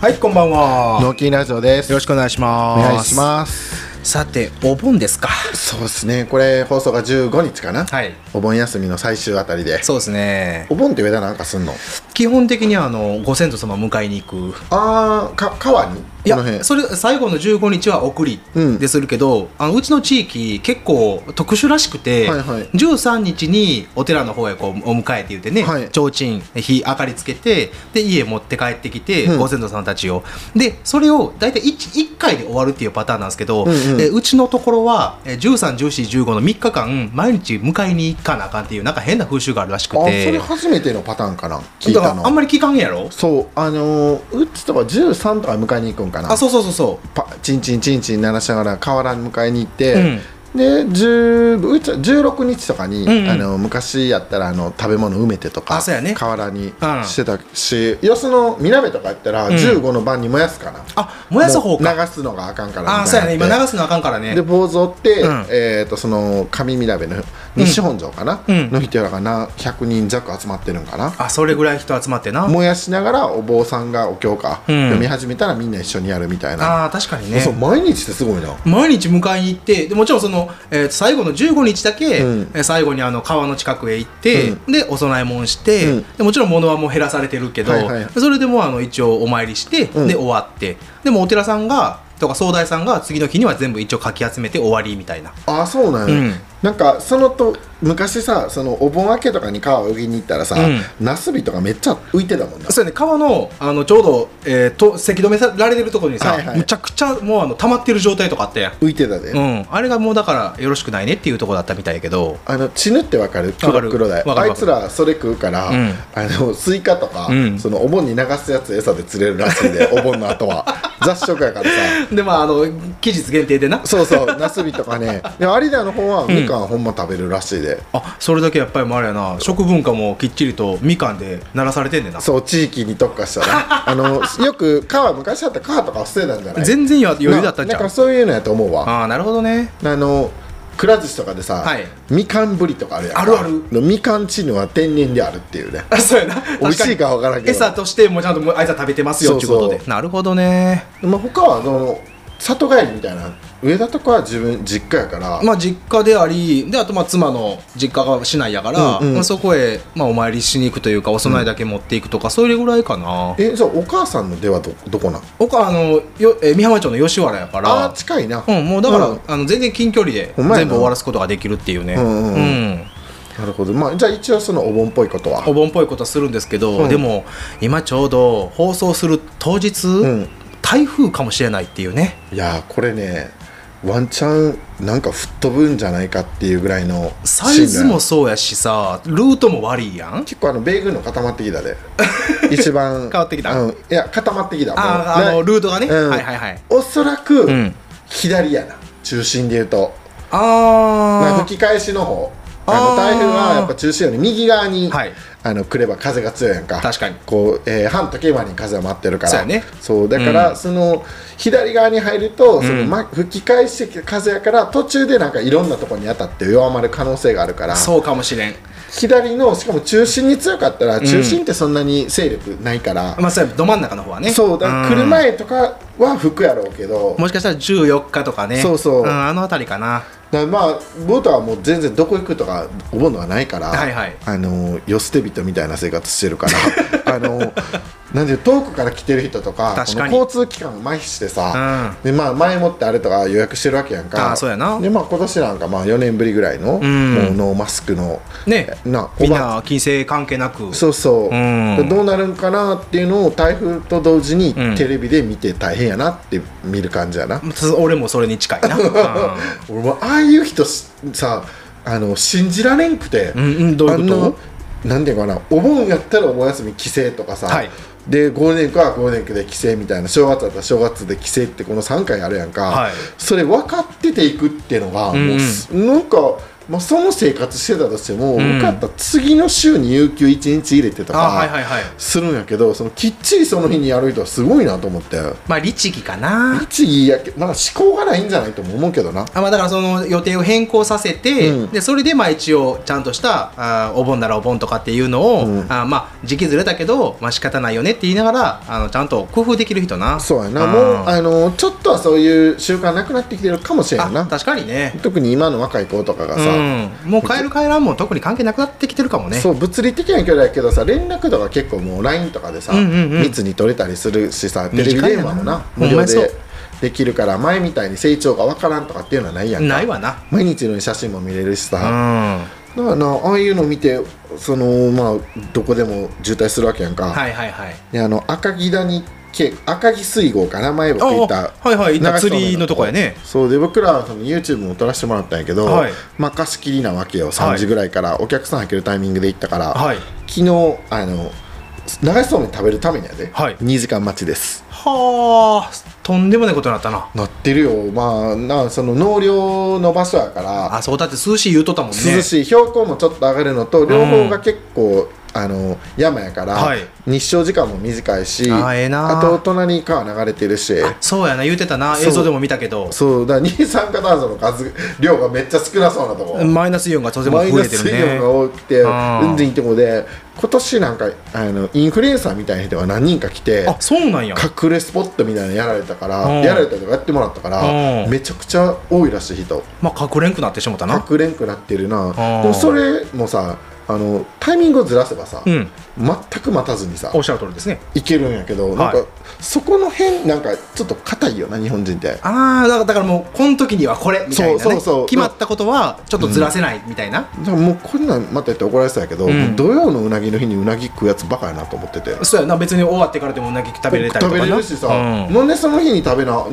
はいこんばんはノーキーラジオです。よろしくお願いしおます願いします。さてお盆ですかそうですね。これ放送が15日かな。はいお盆休みの最終あたりで。そうですねお盆って上田なんかすんの？基本的にはあのご先祖様迎えに行くああ、か川にこいの辺や。それ最後の15日は送りうんでするけど、あのうちの地域結構特殊らしくて、はいはい13日にお寺の方へこうお迎えって言ってね、はい提灯火明かりつけてで家持って帰ってきて、うんご先祖さんたちをでそれを大体 1, 1回で終わるっていうパターンなんですけど、うんうんえうちのところは131415の3日間毎日迎えに行かなあかんっていうなんか変な風習があるらしくあ、そてれ初めてのパターンかな。聞いだからたあんの。まり聞かんやろそう、あのー、うちとか13とか迎えに行くんかな。あそうそうそうそうパチンチンチンチン鳴らしながら河原に迎えに行って、うんで10うちは16日とかに、うんうんあの昔やったらあの食べ物埋めてとかあそうやね河原うにんしてたし、よそのみなべとかやったら、ん15の晩に燃やすかなあ燃やす方かもう流すのがあかんからみたいなあーそうやね今流すのあかんからねで坊主折って、うんえー、とその上みなべの西本城かな、うんの人らがな100人弱集まってるんかな、あそれぐらい人集まってな燃やしながらお坊さんがお経か、うん読み始めたらみんな一緒にやるみたいな、ああ確かにねそう毎日ってすごいな毎日迎えに行ってでもちろんその、えー最後の15日だけ、うんえー最後にあの川の近くへ行って、うでお供え物して、うんでもちろん物はもう減らされてるけど、はいはいそれでもうあの一応お参りして、んで終わってでもお寺さんがとか総大さんが次の日には全部一応かき集めて終わりみたいなああそうなんや、うんなんかそのと昔さそのお盆明けとかに川泳ぎに行ったらさ、うんナスビとかめっちゃ浮いてたもんなそうやね川のあのちょうど、えーとせき止められてるところにさ、はいはいむちゃくちゃもうあの溜まってる状態とかあったやん、浮いてたで、うん、あれがもうだからよろしくないねっていうところだったみたいやけどあのチヌってわかるかる黒黒わだかよあるわいかつるらそれ食うから、うんあのスイカとか、うんそのお盆に流すやつ餌で釣れるらしい でお盆の後は雑食やからさでまああの期日限定でなそうそうナスビとかねでも有田の方はみかんほんま食べるらしいで、あそれだけやっぱりもうあれやな食文化もきっちりとみかんで鳴らされてんねんなそう地域に特化したらあのよく川昔あった川とか捨てたんじゃない全然余裕だったんちなゃなんうかそういうのやと思うわああなるほどねあのくら寿司とかでさ、はいみかんぶりとかあるやんかあるあるのみかんチヌは天然であるっていうねあそうやな美味しいかわからんけど餌としてもちゃんともうあいつは食べてますよっていうことそうでそなるほどねまあ他はその里帰りみたいな上田とかは自分実家やから、まあ実家でありであとまあ妻の実家が市内やから、うんうんまあ、そこへまあお参りしに行くというかお供えだけ持っていくとか、それぐらいかなえじゃあお母さんの出はどどこなん僕はあのよえ美浜町の吉原やかああらー近いな、うん、もうだから、んあの全然近距離でほんまやな全部終わらすことができるっていうね、うんうんうんうんなるほどまあじゃあ一応そのお盆っぽいことはお盆っぽいことするんですけど、うんでも今ちょうど放送する当日、ん台風かもしれないっていうねいやーこれねワンチャンなんか吹っ飛ぶんじゃないかっていうぐらいのサイズも進そ路やうやしさルートも悪いやん結構あの米軍の固まってきた で一番変わってきたうん、いや固まってきたもうあーあなのルートがね、うんはいはいはいおそらく、ん左やな中心で言うとまああ吹き返しの方ああーの台風はやっぱ中心より右側に、はいあの来れば風が強いやんか確かにこう、えー反時計回りに風が回ってるからそうやねそうだから、その左側に入るとその、うんま、吹き返してきた風やから途中でなんかいろんなとこに当たって弱まる可能性があるからあそうかもしれん左のしかも中心に強かったら中心ってそんなに勢力ないから、まあそうやど真ん中の方はねそうだから来るん前とかは吹くやろうけど、もしかしたら14日とかねそうそうんあの辺りかなだからまあボートはもう全然どこ行くとか思うのはないから、はいはいあのー世捨て人みたいな生活してるか らあのーなんで遠くから来てる人とか確かにこの交通機関を麻痺してさ、でまあ、前もってあれとか予約してるわけやんかあーそうやなで、まあ、今年なんかまあ4年ぶりぐらいの、んもうノーマスクのねなみんな金星関係なくそうそうう、んどうなるんかなっていうのを台風と同時にうんテレビで見て大変やなって見る感じやな、俺もそれに近い な、うん俺もああいう人しさあの信じられんくて、うんうんどういうことあのなんていうかなお盆やったらお盆休み帰省とかさ、はいでゴールデンウィークはゴールデンウィークで帰省みたいな正月だったら正月で帰省ってこの3回あるやんか、はいそれ分かってていくっていうのが、んうんもうすなんかまあ、その生活してたとしても、ん受かった次の週に有給1日入れてとあはいかはいはいするんやけどそのきっちりその日にやる人はすごいなと思ってまあ律儀かな一義やけなんか思考がないんじゃないとも思うけどなあまあ、だからその予定を変更させて、うんでそれでまあ一応ちゃんとしたあーお盆ならお盆とかっていうのを、うんあーまあ時期ずれたけど、まあ仕方ないよねって言いながらあのちゃんと工夫できる人なそうやなあーもうあのちょっとはそういう習慣なくなってきてるかもしれんあな確かにね特に今の若い子とかがさ、うん、もう帰る帰らんも特に関係なくなってきてるかもねそう物理的な距離やけどさ連絡とか結構もう LINE とかでさ、うんうんうん密に取れたりするしさテレビ短い電な話もなほ無んま料にそうでできるから前みたいに成長がわからんとかっていうのはないやんかないわな毎日のように写真も見れるうしさ、んだからなああいうの見てそのまあどこでも渋滞するわけやんか、はいはいはいであの赤城谷け赤城水郷かな前僕行ったあはいはい行った流しそうめん釣りのとこやねそうで僕らはその YouTube も撮らせてもらったんやけど、はいまあ貸し切りなわけよは3い時ぐらいからお客さん入ってるタイミングで行ったから、はい昨日あの流しそうめん食べるためにやで、はい2時間待ちですはあとんでもないことになったななってるよまあなその納涼の場所やからあそうだって涼しい言うとったもんね涼しい標高もちょっと上がるのと両方が結構、あの山やから、はい日照時間も短いしあええなあと隣に川流れてるしそうやな言うてたなそう映像でも見たけどそうだから二酸化炭素の数量がめっちゃ少なそうなとこマイナスイオンがとてもマイ増ナえてスる水ね量が多くてあーうんずんいいとこで今年なんかあのインフルエンサーみたいな人が何人か来てあそうなんや隠れスポットみたいなのやられたからうんやられたとかやってもらったからうんめちゃくちゃ多いらしい人まあ隠れんくなってしもたな隠れんくなってるなーでもそれもさあのタイミングをずらせばさ、うん全く待たずにさおっしゃる通りですねいけるんやけど、なんはかいそこの辺なんかちょっと硬いよな日本人ってああだからだからもうこの時にはこれみたいなねそうそうそう決まったことはちょっとずらせないみたいな、だからもうこんなんまた言って怒られてたんやけど、うん土曜のうなぎの日にうなぎ食うやつバカやなと思っててそうやな別に終わってからでもうなぎ食べれたりと食かべなれるしさ、うんなんでその日に食べなな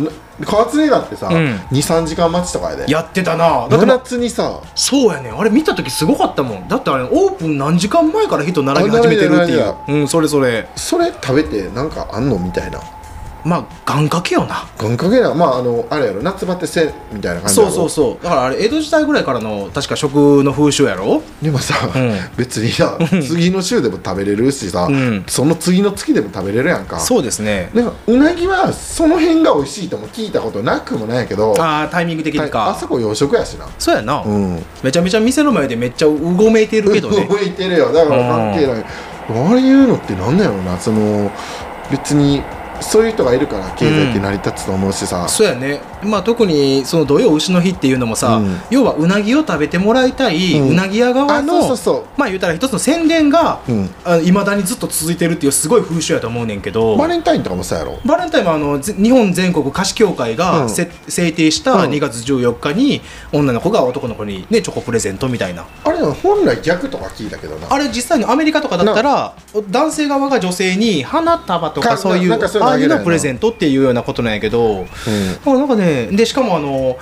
河津根だってさ、うん23時間待ちとかやでやってたなだっ真てもう夏にさそうやねんあれ見た時すごかったもんだってあれオープン何時間前から人並び始めてるってあ並んでいるう並うんそれそれそれ食べてなんかあんのみたいなまあ願掛けよな願掛けなまああのあれやろ夏バテせんみたいな感じやそろうそうそうだからあれ江戸時代ぐらいからの確か食の風習やろでもさ、うん別にさ次の週でも食べれるしさ、うんその次の月でも食べれるやんかそうですねなんかうなぎはその辺が美味しいとも聞いたことなくもないけどああタイミング的にたあかそこ洋食やしなそうやな、うんめちゃめちゃ店の前でめっちゃうごめいてるけどね 動いてるよだから関係ない、ああいうのってなんだろうなその別にそういう人がいるから経済って成り立つと思うしさ、そうやね、まあ、特にその土曜牛の日っていうのもさ、うん要はうなぎを食べてもらいたい、ううんなぎ屋側あのそうそうそうまあ言うたら一つの宣伝がういんま、未だにずっと続いてるっていうすごい風習やと思うねんけどバレンタインとかもそうやろバレンタインもあのぜ日本全国菓子協会うがんせ、制定したうん2月14日に女の子が男の子に、ね、チョコプレゼントみたいなあれ本来逆とか聞いたけどなあれ実際にアメリカとかだったら男性側が女性に花束とかかそういうなんかそういうあのああいげうないののをプレゼントっていうようなことなんやけど、あなんかねでしかもあの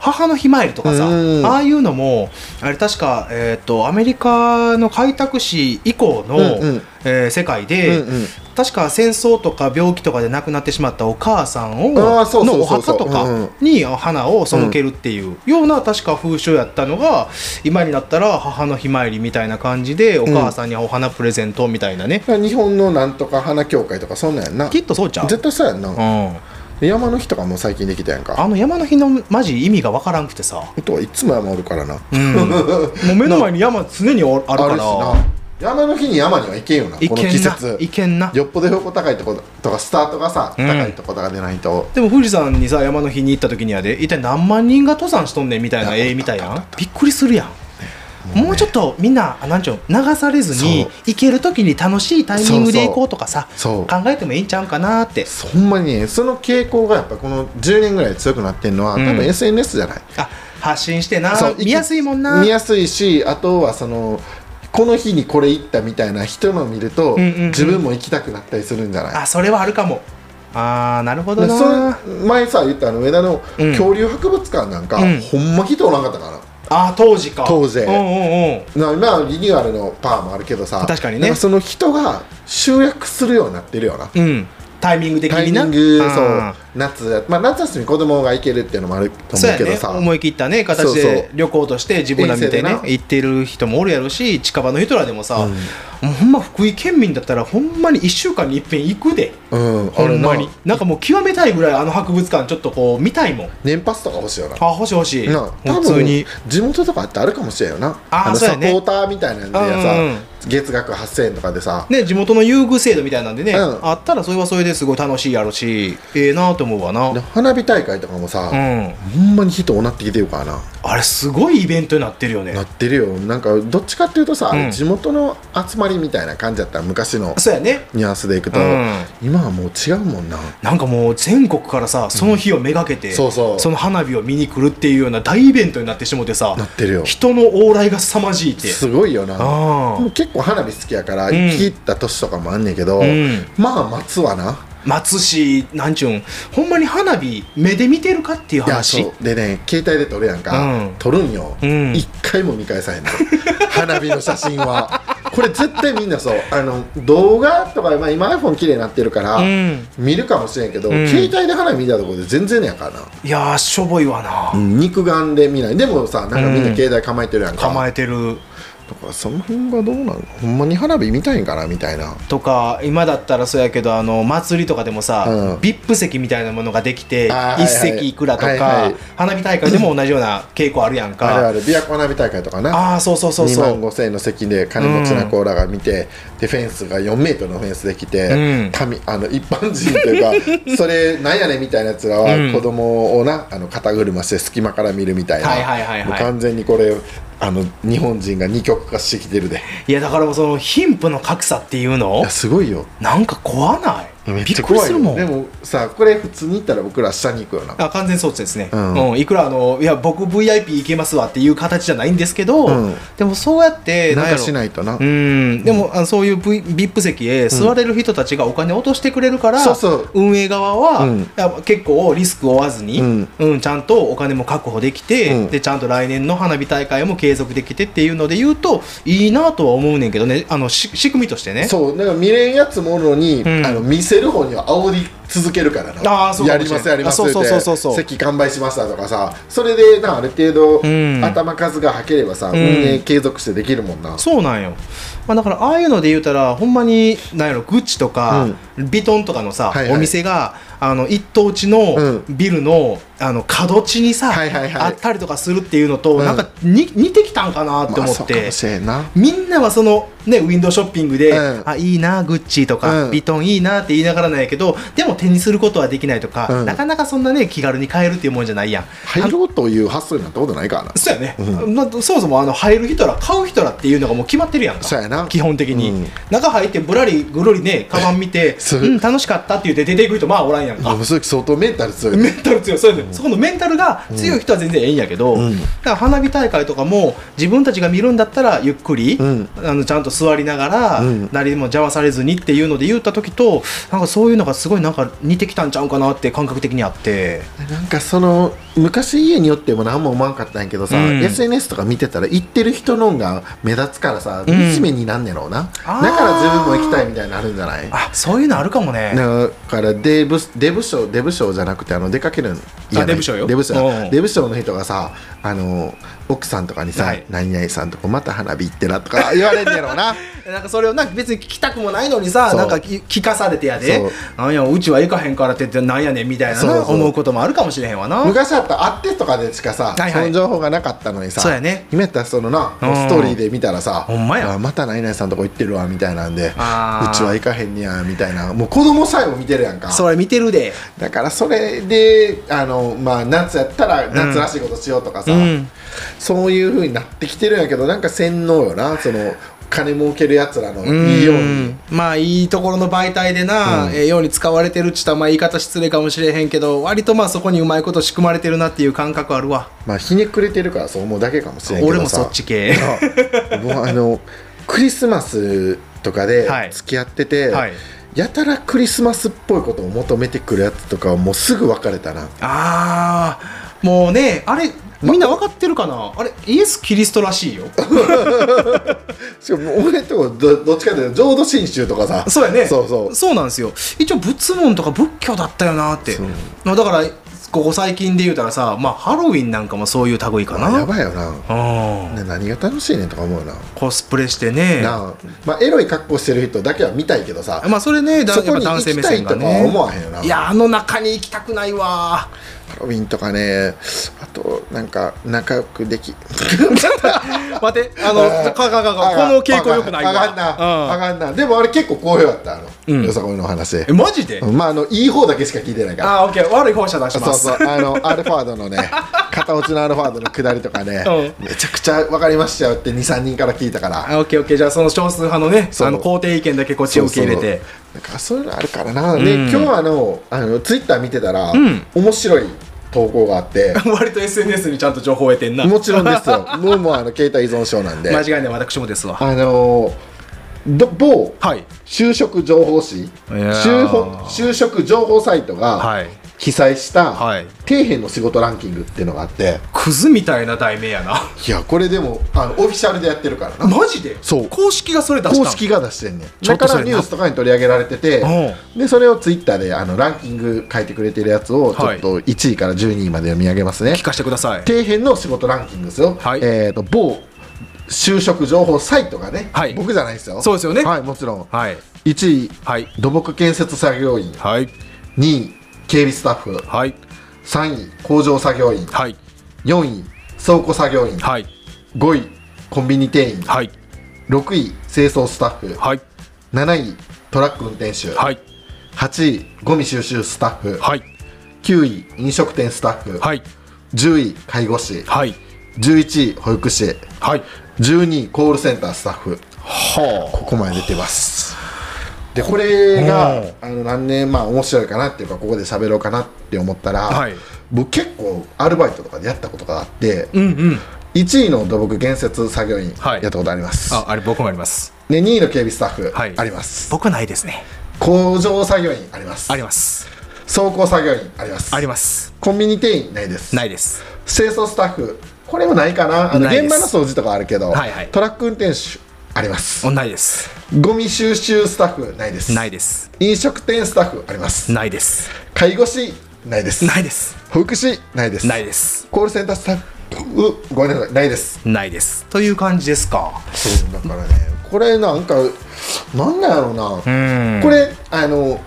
母の日参りとかさうんああいうのもあれ確か、えー、とアメリカの開拓史以降の、うんうんえー世界うんで、うん確か戦争とか病気とかで亡くなってしまったお母さんをあーそうそうのおそうそう墓とうんうかんに花を背けるっていうような確か風習やったのが今になったら母の日参りみたいな感じでお母さんにお花プレゼントみたいなね、日本のなんとか花協会とかそんなんやんなきっとそうちゃう、絶対そうやんな、うん、山の日とかも最近できたやんかあの山の日のマジ意味がわからんくてさ、とはいつも山おるからなうん、 もう目の前に山常におあるあかるらしな山の日に山には行けんよなこの季節いけんなよっぽど標高高いとことかスタートがさ、うん高いとことかでないとでも富士山にさ山の日に行った時にはで一体何万人が登山しとんねんみたいな絵みたいやんびっくりするやんもうちょっとみんなあなんちゅうの流されずにそう行ける時に楽しいタイミングで行こうとかさそう考えてもいいんちゃうんかなってほんまにねその傾向がやっぱこの10年ぐらい強くなってるのは、ん多分 SNS じゃないあ発信してなそう見やすいもんな見やすいしあとはそのこの日にこれ行ったみたいな人の見ると、んうんうん自分も行きたくなったりするんじゃないあそれはあるかもあーなるほどでそなれ前さ言ったあの上田のうん恐竜博物館なんか、うんほんま人おらんかったからあー当時か当時うんうんうんな今はリニューアルのパーもあるけどさ確かにねなんその人が集約するようになってるよなうん、タイミング的タイにミなングあーそう夏まあ夏休み子供が行けるっていうのもあるとそうや思うけどねさ思い切ったね形そうそうで旅行として自分ら見て遠征ねでな行ってる人もおるやろし近場の人らでもさ、もうほんま福井県民だったらほんまに1週間に一遍行くでうんほんまあれにななんかもう極めたいぐらいあの博物館ちょっとこう見たいもん年パスとか欲しいよなあ欲しい欲しいな多普通に分地元とかってあるかもしれんよなあーのそうサやポねーターみたいなのでうんうんさ月額8000円とかでさね地元の優遇制度みたいなんでね、うんあったらそれはそれですごい楽しいやろしええなと思うわなうでん花火大会とかもさあほんまに人おなってきてるからなれすごいイベントになってるよねなってるよなんかどっちかっていうとさ、うん地元の集まりみたいな感じだった昔のそうやねニュアンスでいくと、うん今はもう違うもんななんかもう全国からさその日をめがけて、そうそうの花火を見に来るっていうような大イベントになってしもてさなってるよ人の往来が凄まじいってすごいよなあもう結構花火好きやからん行き入った年とかもあんねんけど、うんまあ待つわな松市なんちゅうんほんまに花火目で見てるかっていういや話そうでね携帯で撮るやんか、うん撮るんよ、一うん回も見返さへんの花火の写真はこれ絶対みんなそうあの動画とか、まあ、今 iPhone 綺麗になってるから、うん見るかもしれんけど、ん携帯で花火見たところで全然やからな、いやーしょぼいわな、うん肉眼で見ないでもさなんかみんな携帯構えてるやんか、構えてるだからその辺がどうなのほんまに花火見たいんかなみたいなとか今だったらそうやけどあの祭りとかでもさ、うん VIP 席みたいなものができてあー一席いくらとか、はいはい花火大会でも同じような傾向あるやんあるあかる琵琶湖花火大会とかなああーそうそうそう2そ万う5000円の席で金持ちな子らが見て、でフェンスが4メートルのフェンスできて、うん民あの一般人という かそれなんやねんみたいなやつらはうん子供をなあの肩車して隙間から見るみたいな、はいはいはいはいもう完全にこれあの日本人が二極化してきてるでいやだからその貧富の格差っていうのいやすごいよなんか怖ないめっびっちゃくり怖いすよるもでんもさこれ普通に行ったら僕ら下に行くよなあ完全装置ですね、ううんんいくらあのいや僕 VIP 行けますわっていう形じゃないんですけど、うんでもそうやってなんやかろしないとな、うん、でも、あそういう、v、VIP 席へ座れる人たちがお金を落としてくれるから、そうそう運営側は、うんやっぱ結構リスクを負わずに、ううんんちゃんとお金も確保できて、うんでちゃんと来年の花火大会も継続できてっていうので言うといいなとは思うねんけどねあのし仕組みとしてね。そうだから見れんやつもおるのに、んあの見せる方には煽り続けるからなあーそうやかもりしれんますやりますあそうそうそうそうって言って席完売しましたとかさそれでなある程度、ん頭数がはければさ、運営継続してできるもんな、そうなんよ、まあ、だからああいうので言うたらほんまになんやろグッチとか、ビトンとかのさ、はいはいお店があの一等地のうビルの,、あの角地にさ、はいはいはいあったりとかするっていうのと、うんなんかに似てきたんかなってまあ思そうっかても。しれんなみんなはそのねウィンドウショッピングで、うんあいいなグッチとか、うんビトンいいなって言いながらなんやけどでも手にすることはできないとか、うんなかなかそんなね気軽に買えるっていうもんじゃないやん入ろうという発想になったことないからなそうやね、まあそもそもあの入る人ら買う人らっていうのがもう決まってるやんかそうやな基本的に、うん中入ってぶらりぐるりねカバン見て そううん楽しかったって言って出ていく人まあおらんやんでかもそれ相当メンタル強いメねンタル強いそうやね、そこのメンタルが強い人は全然ええんやけど、んだから花火大会とかも自分たちが見るんだったらゆっくり、うんあのちゃんと座りながら、うん誰にも邪魔されずにっていうので言った時となんかそういうのがすごいなんか似てきたんちゃうかなって感覚的にあってなんかその昔家によっても何も思わんかったんやけどさ、うん SNS とか見てたら行ってる人のんが目立つからさん惨めになんねやろうな、だかあーら自分も行きたいみたいになるんじゃないあそういうのあるかもねだからデブデブ賞デブ賞じゃなくてあの出かけるんいやデブ賞よデブう賞んデブ賞の人がさあの奥さんとかにさ、はい何々さんとこまた花火行ってなとか 言われんねやろうな なんかそれをなんか別に聞きたくもないのにさそうなんかき聞かされてやそうでなんやうちは行かへんからって言ってなんやねんみたいななそうそう思うこともあるかもしれへんわな昔あった会ってとかでしかさ、いはいその情報がなかったのにさそうやね今やったらそのな、うんストーリーで見たらさほんまやあまた何々さんとこ行ってるわみたいなんでうちあーは行かへんねやみたいなもう子供さえも見てるやんかそれ見てるでだからそれであの、まあ、夏やったら夏らしいことしようとかさ、うんそういうふうになってきてるんやけどなんか洗脳よなその金儲けるやつらのいいようにまあいいところの媒体でな、ええように使われてるっちたまあ言い方失礼かもしれへんけど割とまあそこにうまいこと仕組まれてるなっていう感覚あるわまあひねくれてるからそう思うだけかもしれんけどさ俺もそっち系な もうあのクリスマスとかではい付き合ってて、はいやたらクリスマスっぽいことを求めてくるやつとかはもうすぐ別れたなあーもうねあれみんな分かってるかなあれイエス・キリストらしいよしかも俺んとこどどっちかというと浄土真宗とかさそうやねそうそうなんですよ一応仏門とか仏教だったよなってそうまあだからここ最近で言うたらさまあハロウィンなんかもそういう類かなやばいよな、うんね、何が楽しいねんとか思うよな、コスプレしてねなあまあエロい格好してる人だけは見たいけどさまあそれねだそやこっにぱ行男性き目たい線とがかはね思わへんよないやあの中に行きたくないわハロウィンとかねあとなんか仲良く でき待ってあのかかかかこの傾向よくないわあかんなあうんかんなでもあれ結構好評だったあの、うんよさこいの話えマジで、まああのいい方だけしか聞いてないからあーオッケー悪い放射出しそまうすそうあのアルファードの ね片落ちのアルファードの下りとかね、うめちゃくちゃ分かりましたよって23人から聞いたからあオッケーオッケーじゃあその少数派のねそうあの肯定意見だけこっちを受け入れてそうそうなんかそういうのあるからな、んで今日はあのあのツイッター見てたら、ん面白い投稿が あって割と SNS にちゃんと情報を得てんなもちろんですよもうもうあの携帯依存症なんで間違いない私もですわあのど某はい就職情報誌やー就ほ就職情報サイトがい被災した、はい底辺の仕事ランキングっていうのがあってクズみたいな題名やないやこれでもあのオフィシャルでやってるからなマジでそう公式がそれ出した公ん式が出してんねんちょだっかとそれらニュースとかに取り上げられててうでそれをツイッターであのランキング書いてくれてるやつをちょはっいと1位から12位まで読み上げますね、聞かせてください底辺の仕事ランキングですよ、はいえー、と某就職情報サイトがね、はい僕じゃないですよそうですよねはいもちろんはい1位はい土木建設作業員はい2位警備スタッフはい3位工場作業員はい4位倉庫作業員はい5位コンビニ店員はい6位清掃スタッフはい7位トラック運転手、はい8位ゴミ収集スタッフ、はい9位飲食店スタッフ、はい10位介護士、はい11位保育士はい12位コールセンタースタッフはここまで出てますでこれうがんあの何年まあ面白いかなっていうかここで喋ろうかなって思ったら、はい僕結構アルバイトとかでやったことがあって、あうんうん1位の土木建設作業員はやいったことあります、ああれ僕もありますで2位の警備スタッフはいあります、僕はないですね工場作業員ありますあります走行作業員ありますありますコンビニ店員ないですないです清掃スタッフこれもないかなあのない現で場すの掃除とかあるけど、はいはいトラック運転手ありますないですゴミ収集スタッフないですないです飲食店スタッフありますないです介護士ないですないです保育士ないですないですコールセンタースタッフうごめんなさいないですないですという感じですかそうだからねこれなんかなんなんやろうな、んこれあの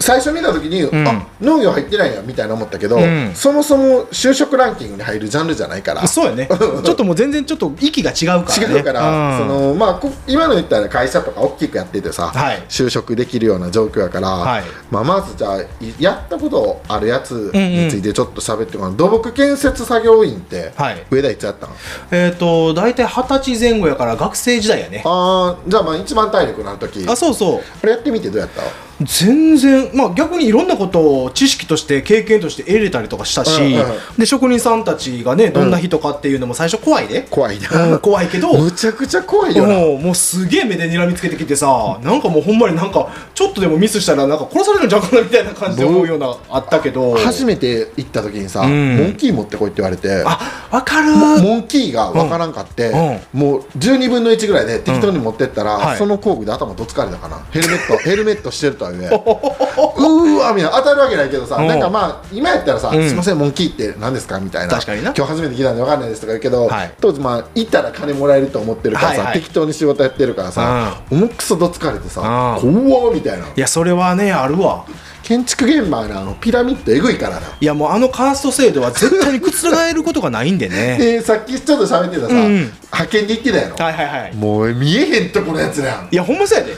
最初見た時に、んあ農業入ってないやみたいな思ったけど、うんそもそも就職ランキングに入るジャンルじゃないからそうやね ちょっともう全然ちょっと息が違うからね違うから、うんそのまあ、こ今の言ったら会社とか大きくやっててさ、はい就職できるような状況やから、はいまあ、まずじゃあいやったことあるやつについてちょっと喋ってもらう、土木建設作業員って、はい上田いつやったのえっ、ー、と大体二十歳前後やから学生時代やねあーじゃあまあ一番体力のある時あそうそうこれやってみてどうやった全然まあ逆にいろんなことを知識として経験として得れたりとかしたし、うんうんうんで職人さんたちがねどんな人かっていうのも最初怖いで、怖いうんな怖いけどむちゃくちゃ怖いよなもうもうすげえ目で睨みつけてきてさなんかもうほんまになんかちょっとでもミスしたらなんか殺されるんじゃんかなみたいな感じで思うようなあったけど初めて行った時にさ、んモンキー持ってこいって言われてあわかるモンキーがわからんかって、うもう12分の1ぐらいで適当に持ってったら、んはいその工具で頭どつかれたかなヘル メットヘルメットしてるとはねうーわみたいな当たるわけないけどさ、うんなんかまあ今やったらさ「んすいませんモンキーって何ですか?」みたいな確かにな今日初めて聞いたんでわかんないです」とか言うけど、はい当時まあ行ったら金もらえると思ってるからさ、はいはい適当に仕事やってるからさ、重くそどつかれてさ「う怖っみたいないやそれはねあるわ建築現場のあのピラミッドえぐいからな。いやもうあのカースト制度は絶対に覆ることがないんで ねでさっきちょっと喋ってたうさ、んうん派遣で行ってたやろ、はいはいはいもう見えへんとこのやつだよいやほんまそうやで、ん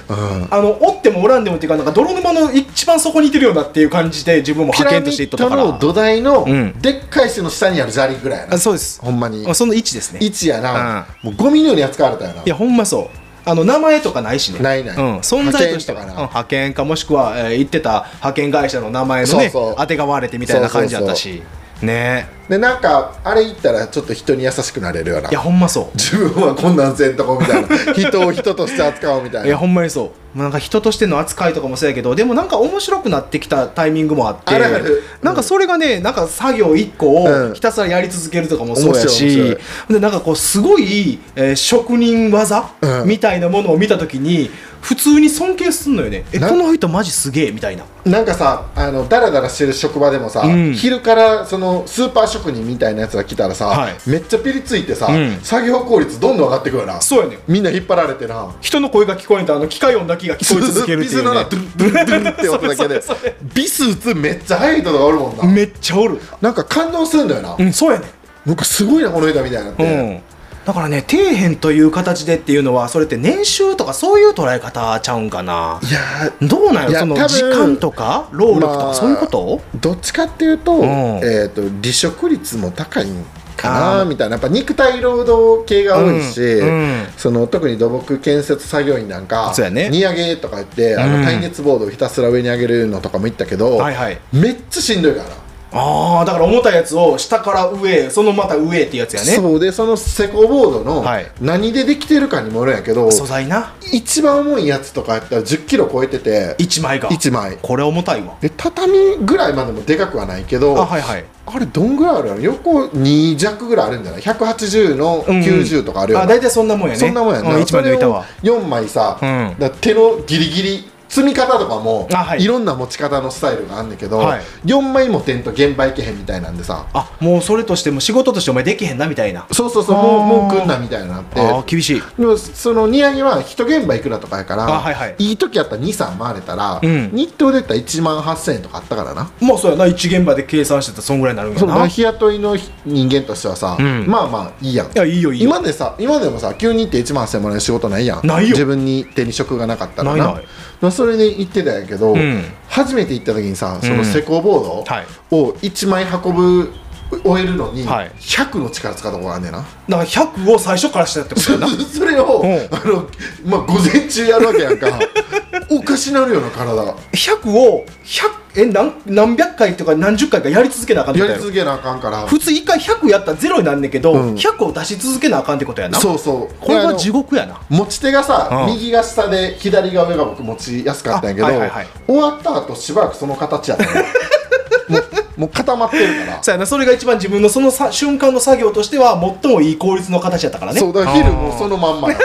あの折っても折らんでもっていうかなんか泥沼の一番底にいてるようなっていう感じで自分もピ派ラ遣ミとして行っッとったドかのら土台のうんでっかい石の下にある砂利ぐらいやな、あそうですほんまにまあその位置ですね位置やな、もうゴミのように扱われたよないやほんまそうあの名前とかないしねないないうん、存在としては派遣とかなうん派遣かもしくは、えー行ってた派遣会社の名前のねそうそう当てがわれてみたいな感じだったしねえでなんかあれ行ったらちょっと人に優しくなれるようないやほんまそう自分はこんなんせんとこみたい な人を人として扱おうみたいいやなほんまにそうなんか人としての扱いとかもそうやけどでもなんか面白くなってきたタイミングもあってあるあるなんかそれがねなんか作業1個うをんひたすらやり続けるとかもそうや面し、白い面でなんかこうすごい、えー職人技、うんみたいなものを見た時に普通に尊敬すんのよねえなこの人マジすげえみたいななんかさあのダラダラしてる職場でもさ、うん昼からそのスーパー職人みたいなやつが来たらさ、はいめっちゃピリついてさ、うん作業効率どんどん上がってくるよなそうやねんみんな引っ張られてな人の声が聞こえんとあの機械音だけが聞こえ続けるビっていス う、のなねドゥルドゥルドゥルって音だけでそれそれビス打つめっちゃ速い人とかおるもんな、めっちゃおるなんか感動するんだよな、うんそうやねんなんかすごいなこの枝みたいになって、うん、だからね底辺という形でっていうのはそれって年収とかそういう捉え方ちゃうんかないやーどうなんやいやその多分時間とか労力とか、まあそういうことどっちかっていうと,、んえー、と離職率も高いんかあなーみたいなやっぱ肉体労働系が多いし、うんうんその特に土木建設作業員なんかそうやね荷上げとか言ってあうんの耐熱ボードをひたすら上に上げるのとかも言ったけど、はいはいめっちゃしんどいからな。ああだから重たいやつを下から上へそのまた上へってやつやねそうでその施工ボードのはい何でできてるかにもよるんやけど、素材な一番重いやつとかやったら1 0キロ超えてて1枚が1枚これ重たいわで畳ぐらいまでもでかくはないけどあはいはいあれどんぐらいあるの横2弱ぐらいあるんじゃない180の90とかあるよ、あ大体そんなもんやねそんなもんやな、う1枚抜いたわ4枚さ、うんだから手のギリギリ積み方とかも、あはいい、ろんな持ち方のスタイルがあんねんけど、はい4枚持てんと現場行けへんみたいなんでさあもうそれとしても仕事としてお前できへんなみたいなそうそうそうあーもうもう来んなみたいになってああ厳しいでもその荷上げは一現場いくらとかやからあはいはいい時やったら23回れたら、うん日当で言ったら1万8000円とかあったからなまあそうやな1現場で計算してたらそんぐらいになるんやそのない日雇いの人間としてはさ、うんまあまあいいやんやいいよいいよ今でさ今でもさ急に行って1万8000円もらえる仕事ないやんないよ自分に手に職がなかったらなないないまあそれで行ってたんやけど、うん初めて行った時にさそうんの施工ボはいードを1枚運ぶ終えるのにはい100の力使うとこがあんねんな、だから100を最初からしてたってことやな それを、うんあのまあ、午前中やるわけや んかおかしなるような体が100を100え何何百回とか何十回かやり続けなあかんってこやとりやろ続けなあかんから普通1回100やったらゼロになんねんけど、うん100を出し続けなあかんってことやなそうそうこれであはの地獄やな持ち手がさ、うん右が下で左が上が僕持ちやすかったんやけど、あはいはいはい終わった後しばらくその形や ったのもうもう固まってるからそうやなそれが一番自分のそのさ瞬間の作業としては最もいい効率の形やったからねそうだから昼もうそののまんまや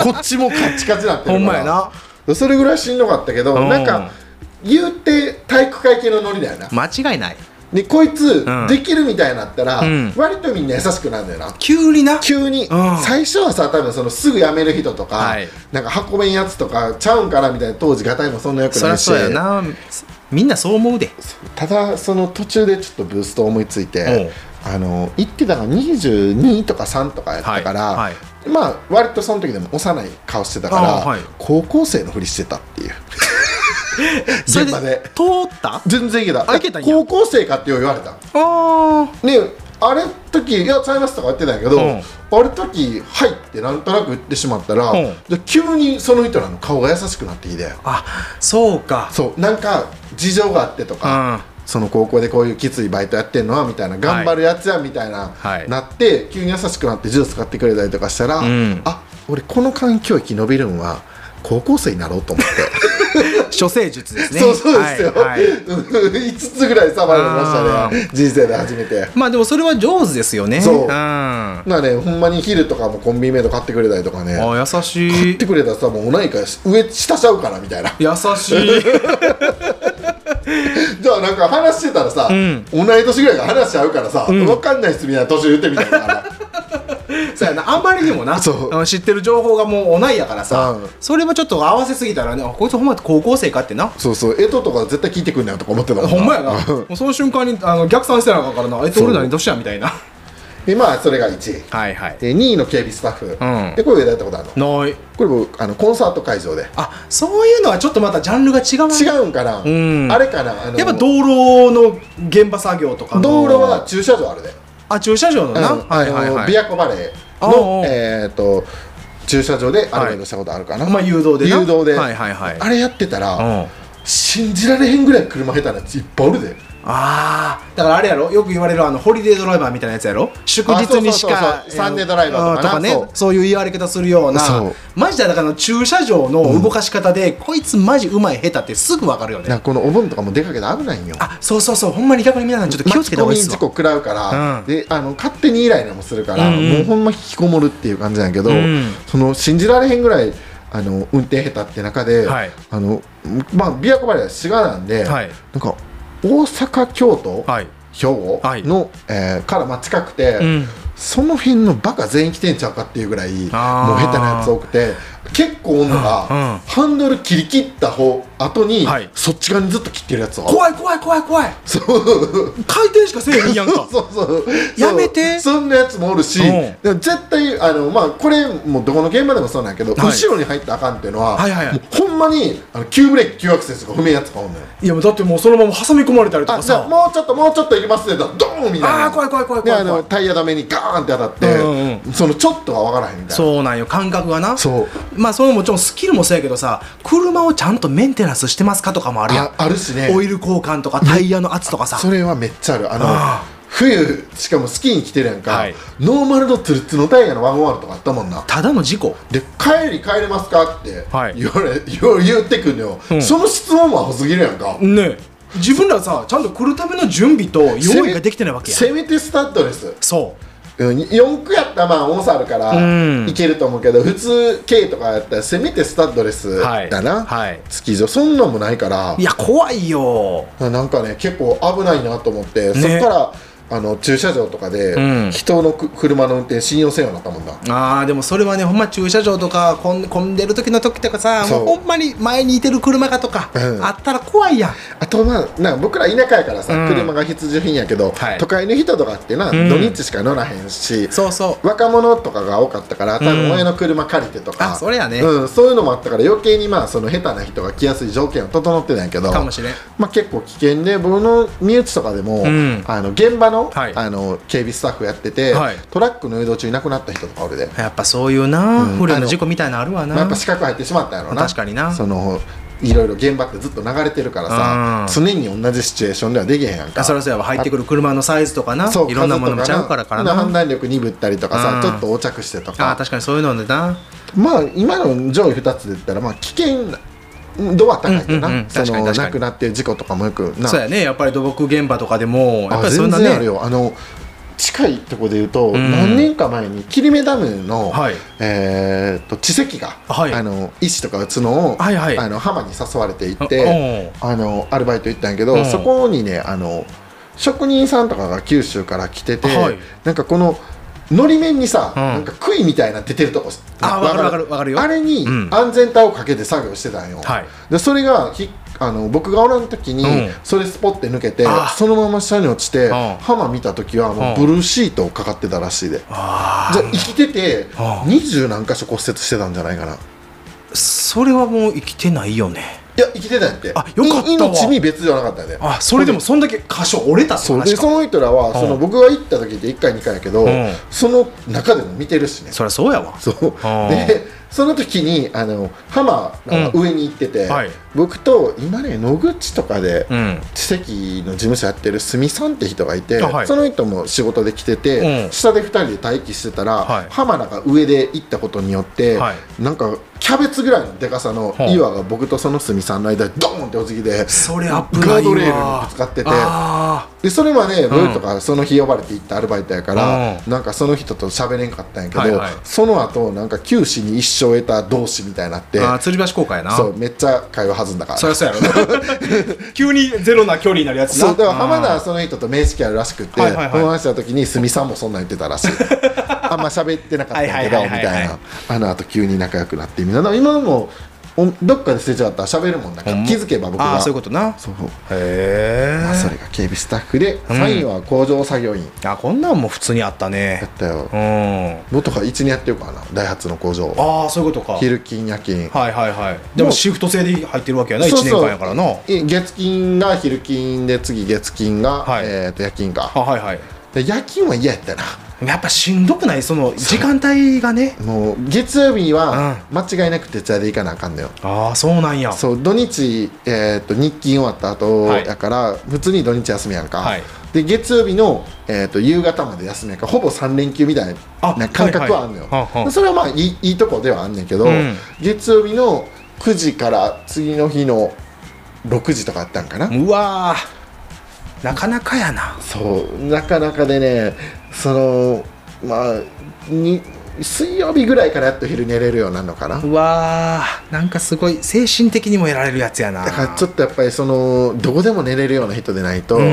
こっちもカッチカチになってるからほんまやなそれぐらいしんどかったけど、うんなんか言うて体育会系のノリだよな間違いないでこいつ、うんできるみたいになったら、うん割とみんな優しくなるんだよな急にな急に、うん最初はさ多分そのすぐ辞める人とか、はいなんか運べんやつとかちゃうんかなみたいな当時がたいもそんなよくないしなみんなそう思うでただその途中でちょっとブースト思いついおうてあの行ってたのが22とか3とかやったから、はいはまあ割とその時でも幼い顔してたから、あーはい高校生のふりしてたっていう現場で通った全然いけたあいけたんや高校生かってよう言われたあーねあれ時「いやちゃいます」とか言ってたんやけど、うんあれ時「はい」ってなんとなく言ってしまったら、うんで急にその人らの顔が優しくなってきてあそうかそうなんか事情があってとう か、んその高校でこういうきついバイトやってんのはみたいな頑張るやつやみたいな、はいなって急に優しくなってジュース買ってくれたりとかしたら、うんあ俺この環境域伸びるんは高校生になろうと思って。処世術です ねそうそうですよ、はいはい 5つぐらいサバれましたね人生で初めてまあでもそれは上手ですよね、そうんあまあね、ほんまに昼とかもコンビニメイド買ってくれたりとかね優買しっい てくれたらさもうないから上下ちゃうからみたいな優しいじゃあなんか話してたらさ、ん同い年ぐらいが話し合うからさ、分かんないっすみたいな年言ってみたいなそうやなあんまりにもなそううん知ってる情報がもうおないやからさ、うんそれもちょっと合わせすぎたらねあこいつほんま高校生かってなそうそう江戸とか絶対聞いてくんなよとか思ってたもほんまやなうもうその瞬間にあの逆算してなあかんからなあいつ俺らにどうしたみたい なでまあそれが1位はいはいで2位の警備スタッフ、んでこれ上田やったことあるのないこれ僕あのコンサート会場であそういうのはちょっとまたジャンルが違うな違うんかな、んあれかなあのやっぱ道路の現場作業とかの道路は駐車場あるであ駐車場のな、はいはいはい琵琶湖バレーおうおのうえー、と駐車場でアルバイトしたことあるかな、まあ誘導でな誘導で、はいはいはいあれやってたら、うん信じられへんぐらい車下手なやついっぱいおるでああだからあれやろよく言われるあのホリデードライバーみたいなやつやろ祝日にしあそうそうかそうそうサンデードライバーとかなうんねそうそういう言われ方するようなそうマジでだからあの駐車場の動かし方で、こいつマジうまい下手ってすぐ分かるよなんねかこのお盆とかも出かけて危ないんよあそうそうそうほんまに逆に皆さんちょっと気をつけてほしいっ巻き込みす事わ故食らうから、うんであの勝手にイライラもするから、うんうんもうほんま引きこもるっていう感じなんやけど、うんその信じられへんぐらいあの運転下手って中で、はいあのまあ琵琶湖までは滋賀なんで、はいなんか大阪京都、はい兵庫はいの、えーからまあ近くて、うんその辺のバカ全員来てんちゃうかっていうぐらいもうあー下手なやつ多くて結構女うんうんがハンドル切り切った方後に、はいそっち側にずっと切ってるやつを怖い怖い怖い怖い回転しかせえへんやんか そうそうやめてそうそんなやつもおるし、うんでも絶対あの、まあ、これもうどこの現場でもそうなんやけど、はい後ろに入ったらあかんっていうのは,、はいはいはいもうほんまにあの急ブレーキ急アクセルとか踏めんやつがおんのよいやもうだってもうそのまま挟み込まれたりとあかじゃあさもうちょっともうちょっと行きますねとドーンみたいなあー怖い怖い怖い怖いであのタイヤダメにガーンって当たって、うんそのちょっとが分からへんみたいなそうなんよ感覚がなそうまあそれももちろんスキルもそうやけどさ車をちゃんとメンテナンスしてますかとかもあるやんああるしねオイル交換とかタイヤの圧とかさそれはめっちゃあるあのあ冬しかもスキーに来てるやんか、はいノーマルのツルツルのタイヤのワゴンワールとかあったもんなただの事故で帰り帰れますかってはい言われ、言う言ってくんのよ、うんその質問はアホすぎるやんか、ねえ自分らさちゃんと来るための準備と用意ができてないわけやせめせめてスタッドレスそう4区やったらまあ重さあるからうんいけると思うけど、普通 K とかやったらせめてスタッドレスはいだな、はいスキー場そんなんもないからいや怖いよなんかね結構危ないなと思って、そっからあの駐車場とかで、うん人のく車の運転信用せんようになったもんなあーでもそれはねほんま駐車場とか混ん混んでる時の時とかさそうもうほんまに前にいてる車がとか、うんあったら怖いやんあとまあなんか僕ら田舎やからさ、うん車が必需品やけど、はい都会の人とかってな、ん土日しか乗らへんしそうそう若者とかが多かったから多う分ん親の車借りてとか、あそれやねうん、そういうのもあったから余計にまあその下手な人が来やすい条件は整ってないけどかもしれんまあ、結構危険で僕の身内とかでも、うんあの現場の,、はいあの警備スタッフやってて、はいトラックの移動中に亡くなった人とか俺で、やっぱそういうな、うん不慮の事故みたいなのあるわまな、あ、やっぱ資格入ってしまったんやろな確かになそのいろいろ現場ってずっと流れてるからさ、う常に同じシチュエーションではできへんやんかあそりゃそうやわ入ってくる車のサイズとかなそういろんなものもちゃうからから数とな判な断力鈍ったりとかさ、うんちょっと横着してとあーか確かにそういうのでなまあ今の上位2つで言ったらまあ危険度は高いけどな、うんうんうんそ確かにの確かに亡くなってる事故とかもよくなそうやねやっぱり土木現場とかでもやっぱありそん全な然あるねよあの近いとこで言うと、ん何年か前に桐目ダムの、はいえーっと地石が、はいあの石とか角を、はいはいあの浜に誘われて行ってあのアルバイト行ったんやけど、うんそこにねあの職人さんとかが九州から来てて、はいなんかこののり面にさ、うんなんか杭みたいな出てるとこあわかるわかるわかるよあれにうん安全帯をかけて作業してたんよ、はいでそれがひあの僕がおらん時に、うんそれスポッて抜けてあそのまま下に落ちてん浜見た時はもううんブルーシートをかかってたらしいでじゃああー生きててあ20何箇所骨折してたんじゃないかないそれはもう生きてないよねや生きてたんやってあよかったわい命に別じゃなかったねあそれでもそんだけ箇所折れたってそう話でかその人らはそのうん僕が行った時って1回2回やけどうんその中でも見てるしねそりゃそうやわそうあーでその時にあの浜が上に行ってて、うんはい僕と今ね野口とかでうん地籍の事務所やってるすみさんって人がいて、あはいその人も仕事で来てて、うん下で2人で待機してたら、はい浜田が上で行ったことによって、はいなんかキャベツぐらいのでかさのほう岩が僕とそのすみさんの間にドーンってお辞儀でそれ危ないわガードレールにぶつかっててあでそれまでん僕とかその日呼ばれて行ったアルバイトやから、なんかその人と喋れんかったんやけど、はいはいその後なんか九死に一生得た同志みたいになってーあー吊り橋効果やなそうめっちゃ会話弾んだから。そりゃそうやろな 急にゼロな距離になるやつなそうだから浜田はその人と面識あるらしくて、はいはいはいこの話した時に鷲見さんもそんなん言って たらしいあんま喋ってなかったんだけどはいはいはみいはいたいなあのあと急に仲良くなってみんなだから今もおどっかですれ違ったら喋るもんだかほんらま気づけば僕あがあそういうことなそうへまあそれが警備スタッフで3位は工場作業員えあこんなんも普通にあったやっねたようん元が1にやってるからなダイハツの工場ああそういうことか昼勤夜勤はいはいはいでもシフト制で入ってるわけやな1そうそう年間やからなあえ月金が昼勤で次月金が、はいえーと夜勤かはいはいで夜勤は嫌やったなやっぱしんどくないその時間帯がねもう月曜日は間違いなく徹夜で行かなあかんのよ、ああそうなんやそう土日、えー、と日勤終わった後はいやから、普通に土日休みやんか、はいで月曜日の、えー、と夕方まで休みやんかほぼ3連休みたいあな感覚はあんのよ、はいはいはあはあそれはまあいいいいとこではあんねんけど、うん月曜日の9時から次の日の6時とかあったんかな、うわーなかなかやなそうなかなかでねそのまあに水曜日ぐらいからやっと昼寝れるようになるのかな、うわーなんかすごい精神的にもやられるやつやなだからちょっとやっぱりそのどこでも寝れるような人でないとうん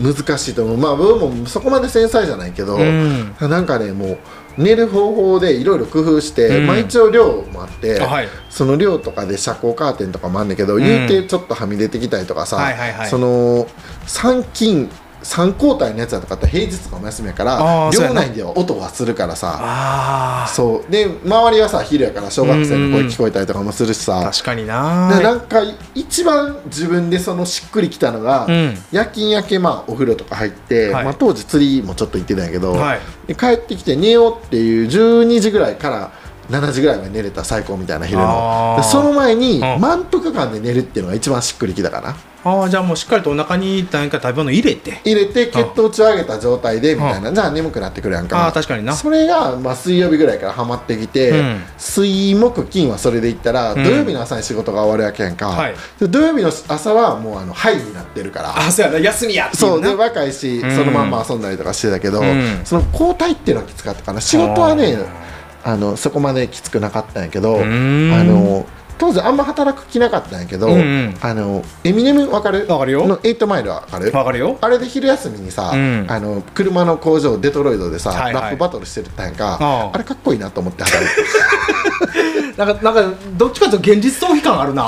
うん難しいと思う、まあ僕もそこまで繊細じゃないけど、うんなんかねもう寝る方法でいろいろ工夫して、うんまあ一応量もあって、あはいその量とかで遮光カーテンとかもあるんだけど、ん言うてちょっとはみ出てきたりとかさ、はいはいはいその3勤3交代のやつだとかって平日とかも休みやかあらーそうや寮な内では音はするからさああそうで周りはさ昼やから小学生のうんうんう声ん聞こえたりとかもするしさ、確かになでなんか一番自分でそのしっくりきたのが、うん夜勤明け、まあ、お風呂とか入って、はいまあ、当時釣りもちょっと行ってたんやけど、はいで帰ってきて寝ようっていう12時ぐらいから7時ぐらいまで寝れた最高みたいな昼あのーでその前にん満腹感で寝るっていうのが一番しっくりきたかなああじゃあもうしっかりとお腹に何か食べ物入れて入れて血糖値を上げた状態でみたいな、じゃあ眠くなってくるやんかあー確かになそれが、まあ、水曜日ぐらいからハマってきて、うん水木金はそれでいったら、土曜日の朝に仕事が終わるわけやんか、はいで土曜日の朝はもうあのハイになってるからあそうやな休みやっていそううでな若いし、うんそのまんま遊んだりとかしてたけど、うんその交代っていうのはきつかったかな仕事はねあのそこまできつくなかったんやけど、んあの当時あんま働く気なかったんやけど、うんうんあのエミネムわかるわかるよの8マイルわかるわかるよあれで昼休みにさ、うんあの車の工場デトロイドでさ、はいはいラップバトルしてたやんかあああれかっこいいなと思って働い てなんかなんかどっちかというと現実逃避感ある な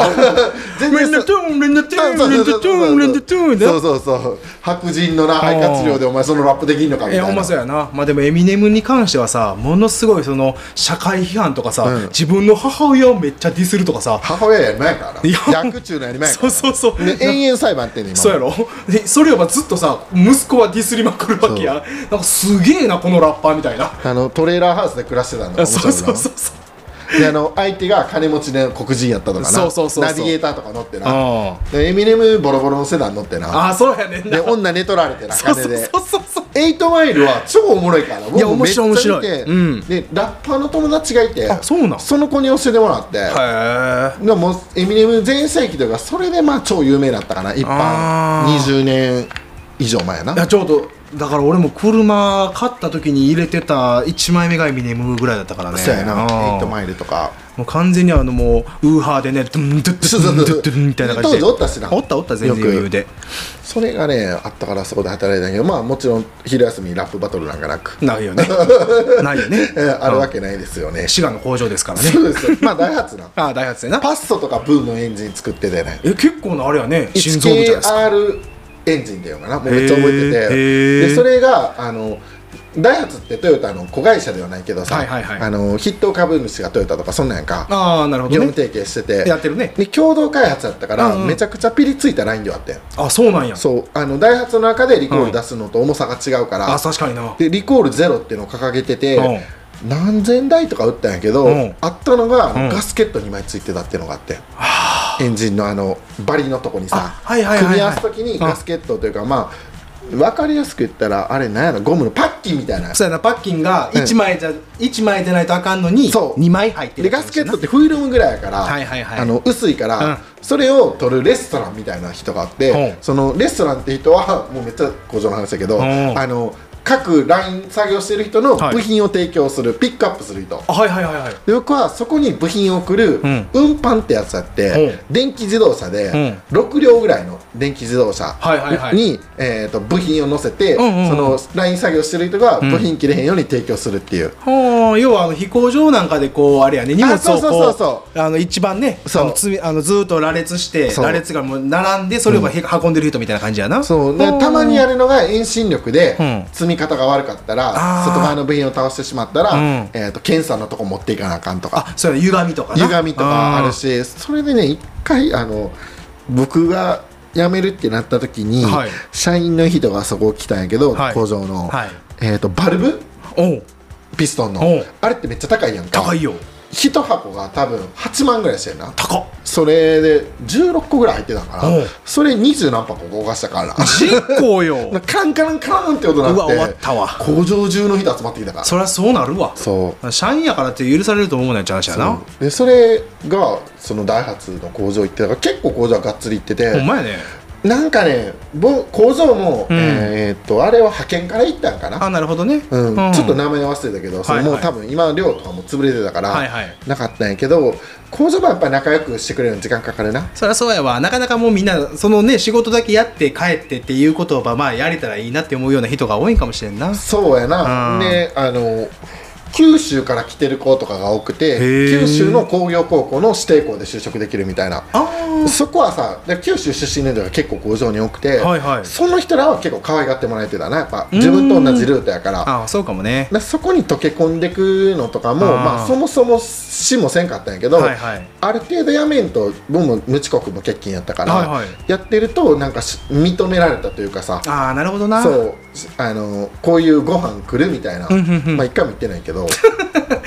全レンダそトゥーンレンダトゥそーうンそレうンそダうトゥーンレンダトゥーンでそうそうそう白人のな肺活量でお前そのラップできんのかみいたいやなほんまそうやな、まあ、でもエミネムに関してはさものすごいその社会批判とかさ、うん自分の母親をめっちゃディスるとかさ母親やり前からいや逆中のやり前やかそらうそうそう、で延々裁判ってんねん今そうやろでそれをまあずっとさ息子はディスりまくるわけやなんかすげえなこのラッパーみたいなあのトレーラーハウスで暮らしてたんだそうそうそうそうであの相手が金持ちの黒人やったとかなそうそうそうそうナビゲーターとか乗ってなあでエミネムボロボロのセダン乗ってなあーそうやねんなで女寝取られてなそう金そうでそうそうそうエイトマイルは超おもろいからいや面白い僕めっちゃ面見て白いうんでラッパーの友達がいてあそうなんその子に教えてもらって、へえでもうエミネム全盛期というかそれでまあ超有名だったかな一あ般ー20年以上前やないやちょうどだから俺も車買った時に入れてた1枚目がエミネムぐらいだったからねそうやなあー8マイルとかもう完全にあのもうウーハーでねドゥンドゥッドそゥうそうンドゥそうッドゥンみたいな感じ当で時おったしなおったおった全然余裕でそれがねあったからそこで働いたんやけどまあもちろん昼休みラップバトルなんかなく、ない よねないよねえーあるわけないですよね滋賀の工場ですからね そうですよまあダイハツなああダイハツでなパッソとかブームのエンジン作っててねえ結構なあれやね心臓部じゃないですか 1KR エンジンだよかなもうめっちゃ覚えてへーてでそれがあのダイハツってトヨタの子会社ではないけどさ、はいはいはいあの筆頭株主がトヨタとかそんなんやんかああなるほ業どね務提携しててやってるねで共同開発だったから、うんうんめちゃくちゃピリついたラインではあってんあそうなんやそうあのダイハツの中でリコール出すのと重さが違うから、あ確かになでリコールゼロっていうのを掲げてて、う何千台とか売ったんやけど、うんあったのが、んガスケット2枚ついてたっていうのがあって、エンジンのあのバリのとこにさあはいはいはいはい組み合わす時にガスケットというか、まあ分かりやすく言ったらあれなんやろゴムのパッキンみたいなそうやなパッキンが1枚じゃ一枚でないとあかんのにそう2枚入ってでるガスケットっってフィルムぐらいやから、はいはいはいあの薄いかうんら、それを取るレストランみたいな人があって、うんそのレストランって人はもうめっちゃ工場の話だけど、んあの各ライン作業してる人のはい部品を提供する、ピックアップする人はいはいはいはいで僕はそこに部品を送るん運搬ってやつあって、電気自動車で6両ぐらいの電気自動車はいはいはいに、えー、と部品を乗せて、うんうんうんそのライン作業してる人が部品切れへんように提供するっていう、はあ要はあの飛行場なんかでこうあれやね荷物をこうそうそうそうそあの一番ねそうあの積みあのずーっと羅列してそう羅列がもう並んでそれをへ運んでる人みたいな感じやなそうではあたまにやるのが遠心力でうん積み方が悪かったらあー外側の部品を倒してしまったら、うんえー、と検査のとこ持っていかなあかんとかあそうや歪みとかな歪みとかあるししそれでね一回あの僕が辞めるってなった時に、はい社員の人がそこ来たんやけど、はい工場の、はいえー、とバルブおおうピストンのおうあれってめっちゃ高いやんか高いよ1箱が多分8万ぐらいしてんな高っそれで16個ぐらい入ってたかおらうそれ20何箱動かし たから実行 よカンカンカンって音う鳴わ終わっってたわ工場中の人集まってきたからそりゃそうなるわそう社員やからって許されると思うねんちゃう話やなそうでそれがそのダイハツの工場行ってたから結構工場はがっつり行ってほんてまやねなんかねぼ工場も、うんえーっとあれは派遣から行ったんかなあなるほどねうんうんちょっと名前忘れたけど、そはれいはいもう多分今寮とかも潰れてたから、はいはいなかったんやけど工場はやっぱり仲良くしてくれるの時間かかるなそりゃそうやわなかなかもうみんなそのね仕事だけやって帰ってっていうことをまあまあやれたらいいなって思うような人が多いんかもしれんなそうやな、うんであの九州から来てる子とかが多くてへー九州の工業高校の指定校で就職できるみたいなあーそこはさで九州出身の人が結構工場に多くて、はいはいその人らは結構可愛がってもらえてたなやっぱうん自分と同じルートやからあーそうかもねでそこに溶け込んでくのとかもあーまあ、そもそもしもせんかったんやけど、はいはいある程度やめんと僕も無遅刻も欠勤やったから、はいはいやってるとなんかし認められたというかさああなるほどなそうあのこういうご飯来るみたいな、うんうんうんまあ一回も行ってないけど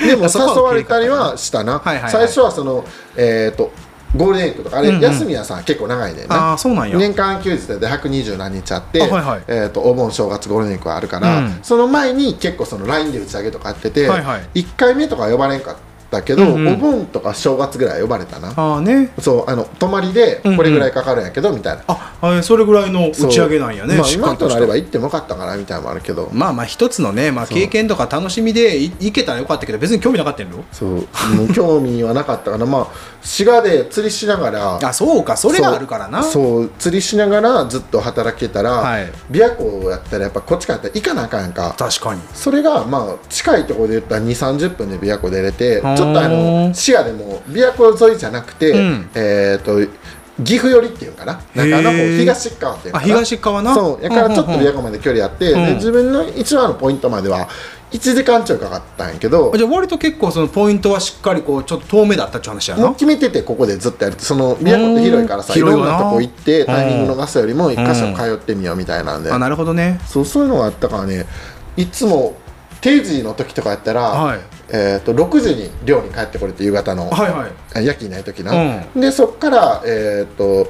でもそこは誘われたりはしたな、はいはいはい最初はそのえっ、とゴールデンウィークとかあれ、うんうん休みはさ結構長いねんなああそうなんや年間休日で120何日あってあはいはいえー、とお盆正月ゴールデンウィークはあるから、うんその前に結構その LINE で打ち上げとかやってて、はいはい1回目とかは呼ばれんかったけど、うんうんお盆とか正月ぐらいは呼ばれたなああねそうあの泊まりでうんうんこれぐらいかかるんやけどみたいな、ああそれぐらいの打そうち上げなんやねまあ、しっか今りととしなたれば行ってもよかったかなみたいなのもあるけどまあまあ一つのね、まあ、そう経験とか楽しみでいいけたらよかったけど別に興味なかったんやろそうもう興味はなかったかなまあ滋賀で釣りしながらあそうかそれがあるからなそうそう釣りしながらずっと働けたら、はい琵琶湖やったらやっぱこっちからやったら行かなあかんやんか確かにそれがまあ近いところで言ったら2 3 0分で琵琶湖出れてちょほーっとあの滋賀でも琵琶湖沿いじゃなくて、うんえっ、と岐阜寄りっていうのかななんかあのへ方ー東側っていうのあかな東側なそうやからちょっとうんうん琵うん琶湖まで距離あって、でうん自分の一番のポイントまでは1時間ちょいかかったんやけど、あじゃあ割と結構そのポイントはしっかりこうちょっと遠目だったって話やな、もう決めててここでずっとやるその琵琶湖って広いからさうんいろん広いなよなとこ行ってタイミング逃すよりも一箇所通ってみようみたいなんで、あなるほどねそうそういうのがあったからねいつも定時の時とかやったら、はいえー、と6時に寮に帰ってこれって夕方の、はいはい夜勤ない時な、でそっからえっ、と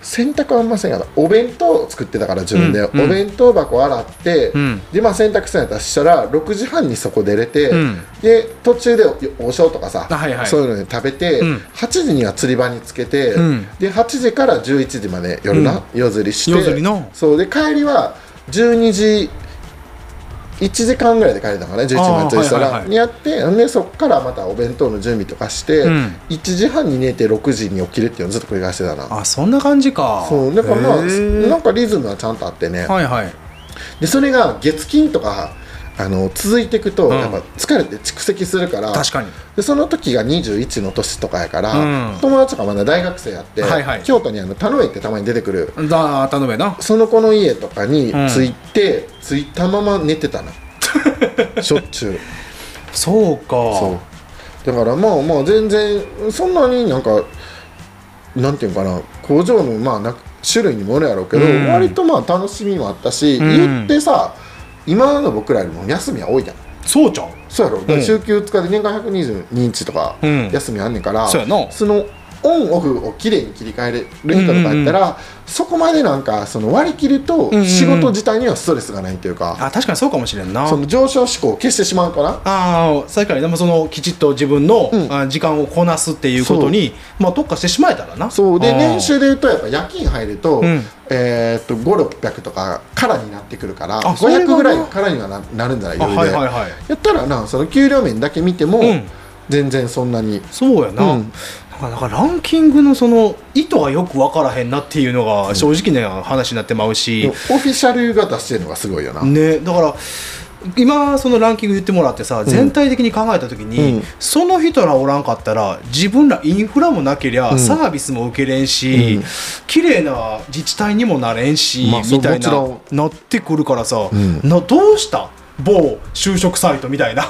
洗濯はあんませんからお弁当作ってたから自分で、うんうんお弁当箱洗って、うんでまあ洗濯するんやったらしたら6時半にそこ出れて、うんで途中でおおしょうとかさ、あはいはいそういうので食べて、うん8時には釣り場につけて、うんで8時から11時まで夜な、うん夜釣りして夜釣りのそうで帰りは12時1時間ぐらいで帰れたのからね11時まで釣りしたら、あーはいはいはいにやってでそこからまたお弁当の準備とかして、うん1時半に寝て6時に起きるっていうのをずっと繰り返してたなあそんな感じかそうだからまあへーなんかリズムはちゃんとあってね、はいはいでそれが月金とかあの続いていくと、うんやっぱ疲れて蓄積するから確かにでその時が21の年とかやから、うん友達とかまだ大学生やって、はいはい京都にあの田上ってたまに出てくるだ頼めなその子の家とかにうん着いて、着いたまま寝て たなしょっちゅうそうかそうだからまあまあ全然そんなになんかなんていうんかな工場のまあな種類にもよるやろうけど、うん割とまあ楽しみもあったし、うん言ってさ今の僕らよりも休みは多いやんそうじゃんそうやろ、だから週休使って年間122日とかうん休みあんねんから、そうやなそのオンオフをきれいに切り替えれる人とかやったら、そこまでなんかその割り切るとんうん仕事自体にはストレスがないというか、あ確かにそうかもしれんなその上昇志向を消してしまうからああ確かにでもそのきちっと自分の、うんあ時間をこなすっていうことに、まあ、特化してしまえたらなそうあでー年収でいうとやっぱ夜勤入ると,、うんえー、と5600とかからになってくるからあそれがな500ぐらいからにはななるんだらあ余裕はいで、はいはいやったらなその給料面だけ見ても、うん全然そんなにそうやな、うなんんか、なんかランキングのその意図がよく分からへんなっていうのが正直な話になってまうでしも、オフィシャルが出してるのがすごいよな、ねだから今そのランキング言ってもらってさ全体的に考えた時に、うんその人らおらんかったら自分らインフラもなけりゃんサービスも受けれんし、うん綺麗な自治体にもなれんし、まあそうみたいもちなろんなってくるからさ、んなどうした某就職サイトみたいな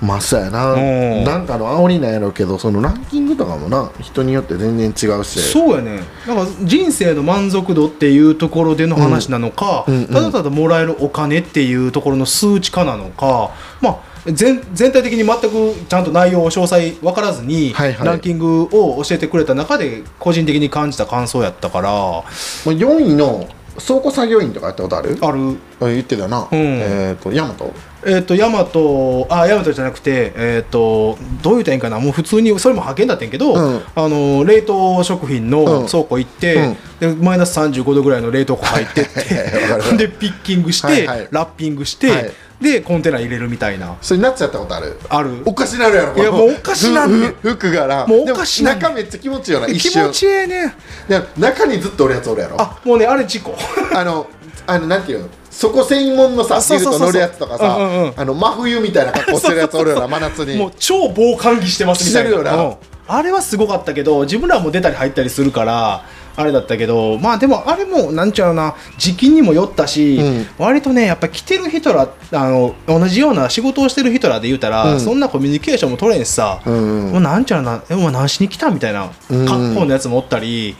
まあそうやなうんなんかの煽りなんやろうけどそのランキングとかもな人によって全然違うしそうやねなんか人生の満足度っていうところでの話なのか、うんうんうんただただもらえるお金っていうところの数値化なのか、まあ、全全体的に全くちゃんと内容を詳細分からずに、はいはいランキングを教えてくれた中で個人的に感じた感想やったからもう4位の倉庫作業員とかやったことあるあるあ言ってたうな、んえっ、とヤマトえっとヤマトあヤマトじゃなくて、えっとどういう点かなもう普通にそれも派遣だったんやけど、うんあの冷凍食品うのん倉庫行って、でマイナス35度ぐらいの冷凍庫入 ってってでピッキングして、はいはいラッピングして、はいでコンテナ入れるみたいなそれナッツやったことあるあるおかしなるやろいやもうおかしなんねんふふ服柄もうおかしなんねんでも中めっちゃ気持ちいいよな一気瞬持ちええねいや中にずっとおるやつおるやろああもうねあれ事故の あのなんていうのそこ専門のさあビそうルそうそうそトう乗るやつとかさ、うんうんうんあの真冬みたいな格好してるやつおるよな真夏にもう超防寒着してますみたいなしてるよなうんあれはすごかったけど自分らも出たり入ったりするからあれだったけどまあでもあれもなんちゃうな時期にもよったし、うん割とねやっぱ来てる人らあの同じような仕事をしてる人らで言うたら、うんそんなコミュニケーションも取れんしさ、うんうんもうなんちゃうなえお前何しに来たみたいなうん格好のやつもおったり、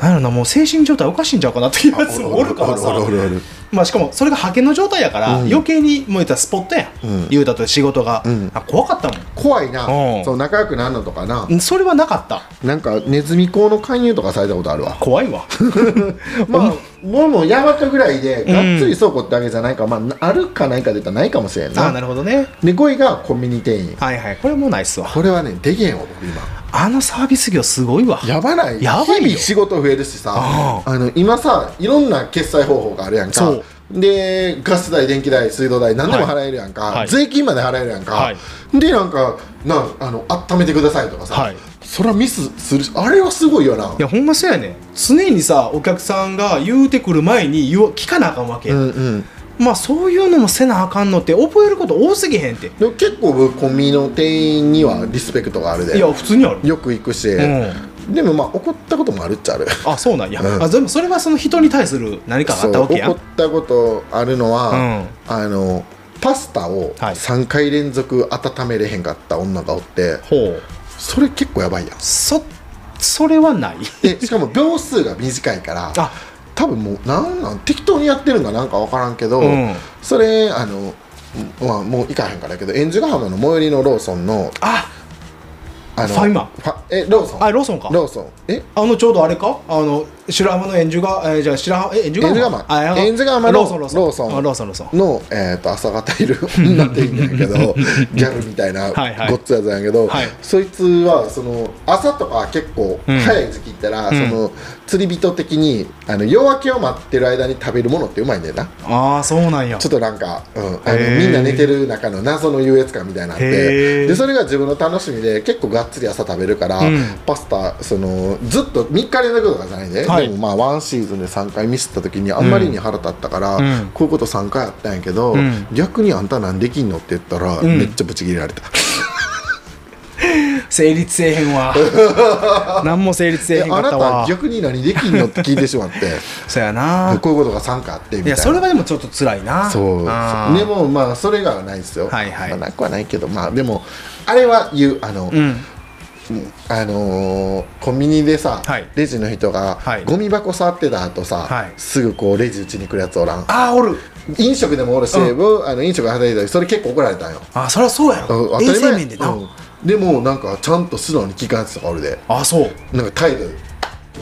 なんやろなもう精神状態おかしいんちゃうかなっていう やつもおるからさ。おるおるおるおるまあ、しかもそれが派遣の状態やから、うん余計にもう言ったらスポットや、うん言うたと仕事が、うんあ怖かったも怖いなうんそう仲良くなるのとかなんそれはなかったなんかネズミ講の勧誘とかされたことあるわ怖いわ まあもうもうヤマトぐらいでがっつり倉庫ってわけじゃないから、まああるかないかで言ったらないかもしれんあなあなるほどねで5位がコンビニ店員はいはいこれもないっすわこれはねでげんわ僕今あのサービス業すごいわやばないやばいよ日々仕事増えるしさああの今さいろんな決済方法があるやんかそうでガス代電気代水道代何でも払えるやんか、はいはい税金まで払えるやんか、はいでなんかなあの温めてくださいとかさ、はいそりゃミスするしあれはすごいよないやほんまそうやね常にさお客さんが言うてくる前に言わ聞かなあかんわけ、うんうんまあそういうのもせなあかんのって覚えること多すぎへんってでも結構僕コンビニの店員にはリスペクトがあるでいや普通にあるよく行くし、うでもまあ怒ったこともあるっちゃあるあそうなんや、うんあでもそれはその人に対する何かがあったわけやそう怒ったことあるのは、あのパスタをはい3回連続温めれへんかった女がおってほうそれ結構やばいやんそそれはない でしかも秒数が短いからあ多分もうなんなん適当にやってるんかなんか分からんけど、うんそれあの、まあ、もう行かへんからやけど円珠ヶ浜の最寄りのローソンのああのファイマファえローソンあローソンかローソンえあのちょうどあれかあの白浜の円珠が、えー、じゃあ白浜え円珠円が珠浜ヶ浜あや円珠ヶ浜のローソンローソンローソンあローソンローソンの、えー、と朝方いる女っていうんやけ どギャルみたいなはいはいごっつやつなんやけど、はいそいつはその朝とか結構うん早い時期行ったら、んその釣り人的にあの夜明けを待ってる間に食べるものってうまいんだよなああそうなんやちょっとなんか、うん、あへーのみんな寝てる中の謎の優越感みたいなのあっへーてでそれが自分の楽しみで結構がっつり朝食べるから、うんパスタそのずっと3日連続とかじゃないんで、はいでもまあワンシーズンで3回ミスった時にあんまりに腹立ったから、うんこういうこと3回あったんやけど、うん逆にあんたなんできんのって言ったら、んめっちゃブチ切れられた成立せえへん わ何も成立せええへんかあっなたわた逆に何できんのって聞いてし まってそうやなこういうことが3回あってみたいないやそれはでもちょっと辛いなそうあーでもまあそれがないですよ、はいはいまあなくはないけどまあでもあれは言うあの、うんあのーコンビニでさ、はいレジの人が、はいゴミ箱触ってた後さ、はいすぐこうレジ打ちに来るやつおらんああおる飲食でもおるし、僕あの飲食で働いてた時それ結構怒られたんよあーそりゃそうやろ衛生面でな、うんでもなんかちゃんと素直に聞かんやつとかおるでああそうなんか態度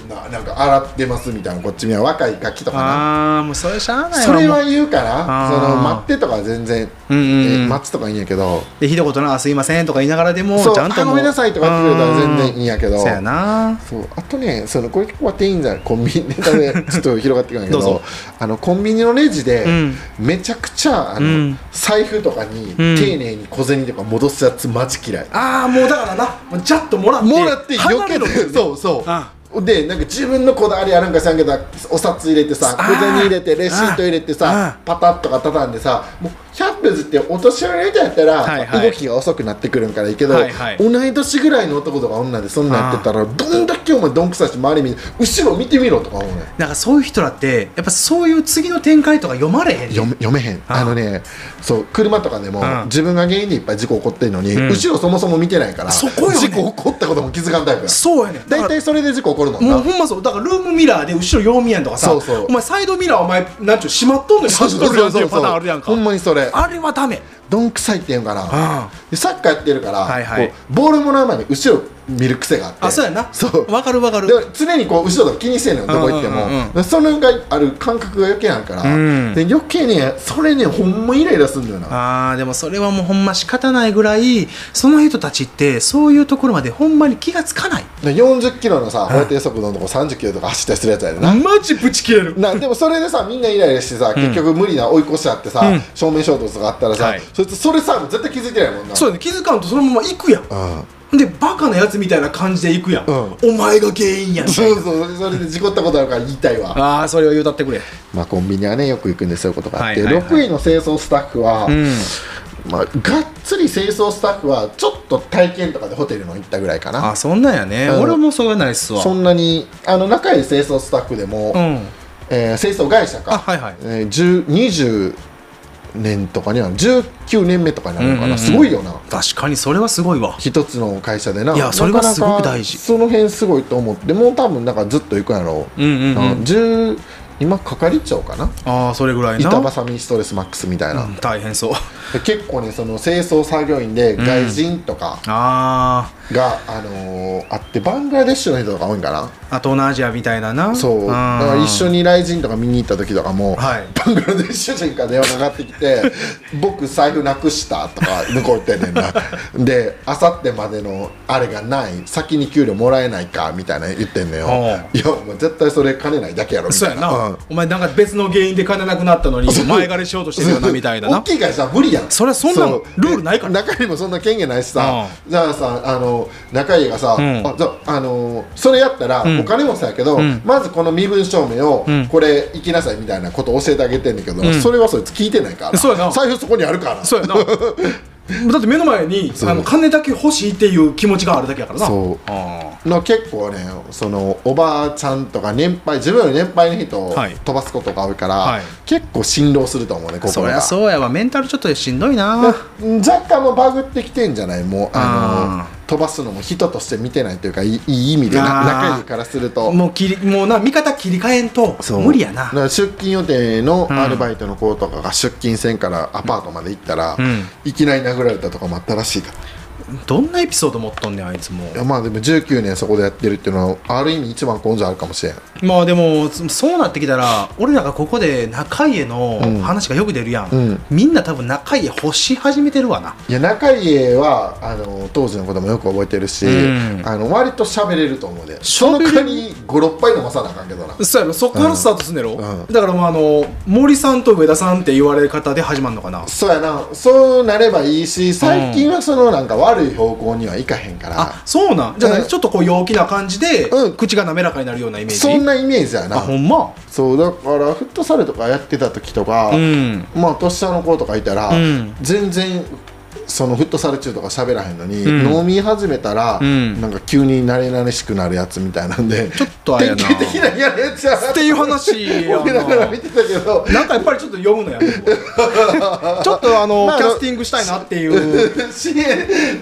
ななんか洗ってますみたいなこっちには若いガキとかなああもうそれしゃあないわそれは言うからあーその待ってとかは全然、うんうんうんえ待つとかいいんやけどでひどいことな「すいません」とか言いながらでもそうちゃんとあもうごめんなさいとか言ってくれたら全然いいんやけどうんそうやなそうあとねそのこれ結構やっていいんじゃないコンビニネタ でちょっと広がっていくんやけどうぞどあのコンビニのレジで、うんめちゃくちゃあの、うん財布とかに、ん丁寧に小銭とか戻すやつマジ嫌いああもうだからなもうジャッともらってもらって離余れ計ろな そうそうあでなんか自分のこだわりやなんか知らんけどお札入れてさあ小銭入れてレシート入れてあさパタッとかたたんでさもうキャンプズってお年寄りの人やったら、はいはいまあ動きが遅くなってくるんからいいけど、はいはい同い年ぐらいの男とか女でそんなんやってたらどんだけお前どんくさいし周り見て後ろ見てみろとか思うねなんかそういう人らってやっぱそういう次の展開とか読まれへんねん読め読めへんああのねそう車とかでもうん自分が原因でいっぱい事故起こってるのに、ん後ろそもそも見てないからそこよね事故起こったことも気づかんタイプやそうやねんだか大ら体それで事故起こるもんもうなほんまそうだからルームミラーで後ろ読みやんとかさそうそうお前サイドミラーお前なんちゅう閉まっとんのに走っとるやんっていうパターンあるやんかほんまにそれあれはダメどんくさいって言うんかあなでサッカーやってるから、はいはいこうボールもらう前に後ろ見る癖があってあそうやなそうわかるわかるで常にこう後ろとか気にしてんのよどこ行っても、うんうんうんそのがある感覚が余計あるから、んで余計ねそれねほんまイライラするんだよなあーでもそれはもうほんま仕方ないぐらいその人たちってそういうところまでほんまに気がつかないで40キロのさ法定速度のとこ30キロとか走ったりするやつやでな,、マジブチ切れるなでもそれでさみんなイライラしてさ、結局無理な追い越しちゃってさ、正面衝突とかあったらさ、はいそいつそれさ絶対気づいてないもんなそうやね気づかんとそのまま行くやんうんでバカなやつみたいな感じで行くやん、うお前が原因やんそうそうそれで事故ったことあるから言いたいわ ああそれを言うたってくれまあ、コンビニはねよく行くんでそういうことがあって、はいはいはい6位の清掃スタッフは、まあ、がっつり清掃スタッフはちょっと体験とかでホテルの行ったぐらいかなあそんなんやねうん俺もそうやないっすわそんなにあの仲いい清掃スタッフでも、うんえー清掃会社か、あはいはいえー10 20年とかには19年目とかになるのかな、うんうんうんすごいよな確かにそれはすごいわ一つの会社でないいやそれはすごく大事その辺すごいと思ってもう多分なんかずっと行くんやろうんうんうんな10今係長かなああそれぐらいな板挟みストレスマックスみたいな、うん大変 そうで結構ねその清掃作業員で外人とかあが、あのーあってバングラデシュの人とか多いんかなああ東南アジアみたいななそうだから一緒にに来人とか見に行った時とかも、はいバングラデシュ人から電話かかって きて「僕財布なくした」とか向こう言ってんねんなであさってまでのあれがない先に給料もらえないかみたいな言ってんのよおいやお前絶対それ金ないだけやろみそうたやいなな、うんお前なんか別の原因で金なくなったのに前借りしようとしてるよなみたいな 大なきい会社は無理やんそりゃそんなのうルールないから中にもそんな権限ないしさ、じゃあさあの中井がさ、んあじゃああのそれやったら、お金もそうやけど、んまずこの身分証明を、んこれ行きなさいみたいなことを教えてあげてんだけど、んそれはそいつ聞いてないからそうやな財布そこにあるか らそうやなだって目の前にうあの金だけ欲しいっていう気持ちがあるだけやからなそうあの結構ねそのおばあちゃんとか年配自分より年配の人をはい飛ばすことが多いから、はい結構辛労すると思うねーそ心りゃがそうやわメンタルちょっとしんどいな若干もバグってきてんじゃないもうあのあ飛ばすのも人として見てないというかいいいい意味でなあー仲いいからするともう切りもうな見方切り替えんとそう無理やだなから出勤予定のアルバイトの子とかが出勤せんからアパートまで行ったら、うんいきなり殴られたとかもあったらしいからどんなエピソード持っとんねんあいつもいやまあでも19年そこでやってるっていうのはある意味一番根性あるかもしれんまあでもそそうなってきたら俺らがここで中家の話がよく出るやん、うんみんな多分中家欲し始めてるわないや中家はあの当時のこともよく覚えてるし、うんあの割と喋れると思うでそ喋のれる間に56杯飲まさなあかんけどなそうやろそこからスタートすんねやろ、うんだからもうあの森さんと上田さんって言われる方で始まるのかなそうやなそうなればいいし最近はそのなんか悪い方向にはいかへんからあ、そうなんじゃあ、うんちょっとこう陽気な感じで、うん口が滑らかになるようなイメージそんなイメージやあなほんまそうだからフットサルとかやってた時とか、んまあ年下の子とかいたら、うん全然そのフットサル中とか喋らへんのに、うん飲み始めたら、んなんか急に慣れ慣れしくなるやつみたいなんでちょっとあれやな 典型的なやるやつやなっていう話や思いながら見なてたけど なんかやっぱりちょっと読むのやめようちょっとあの、まあキャスティングしたいなっていうし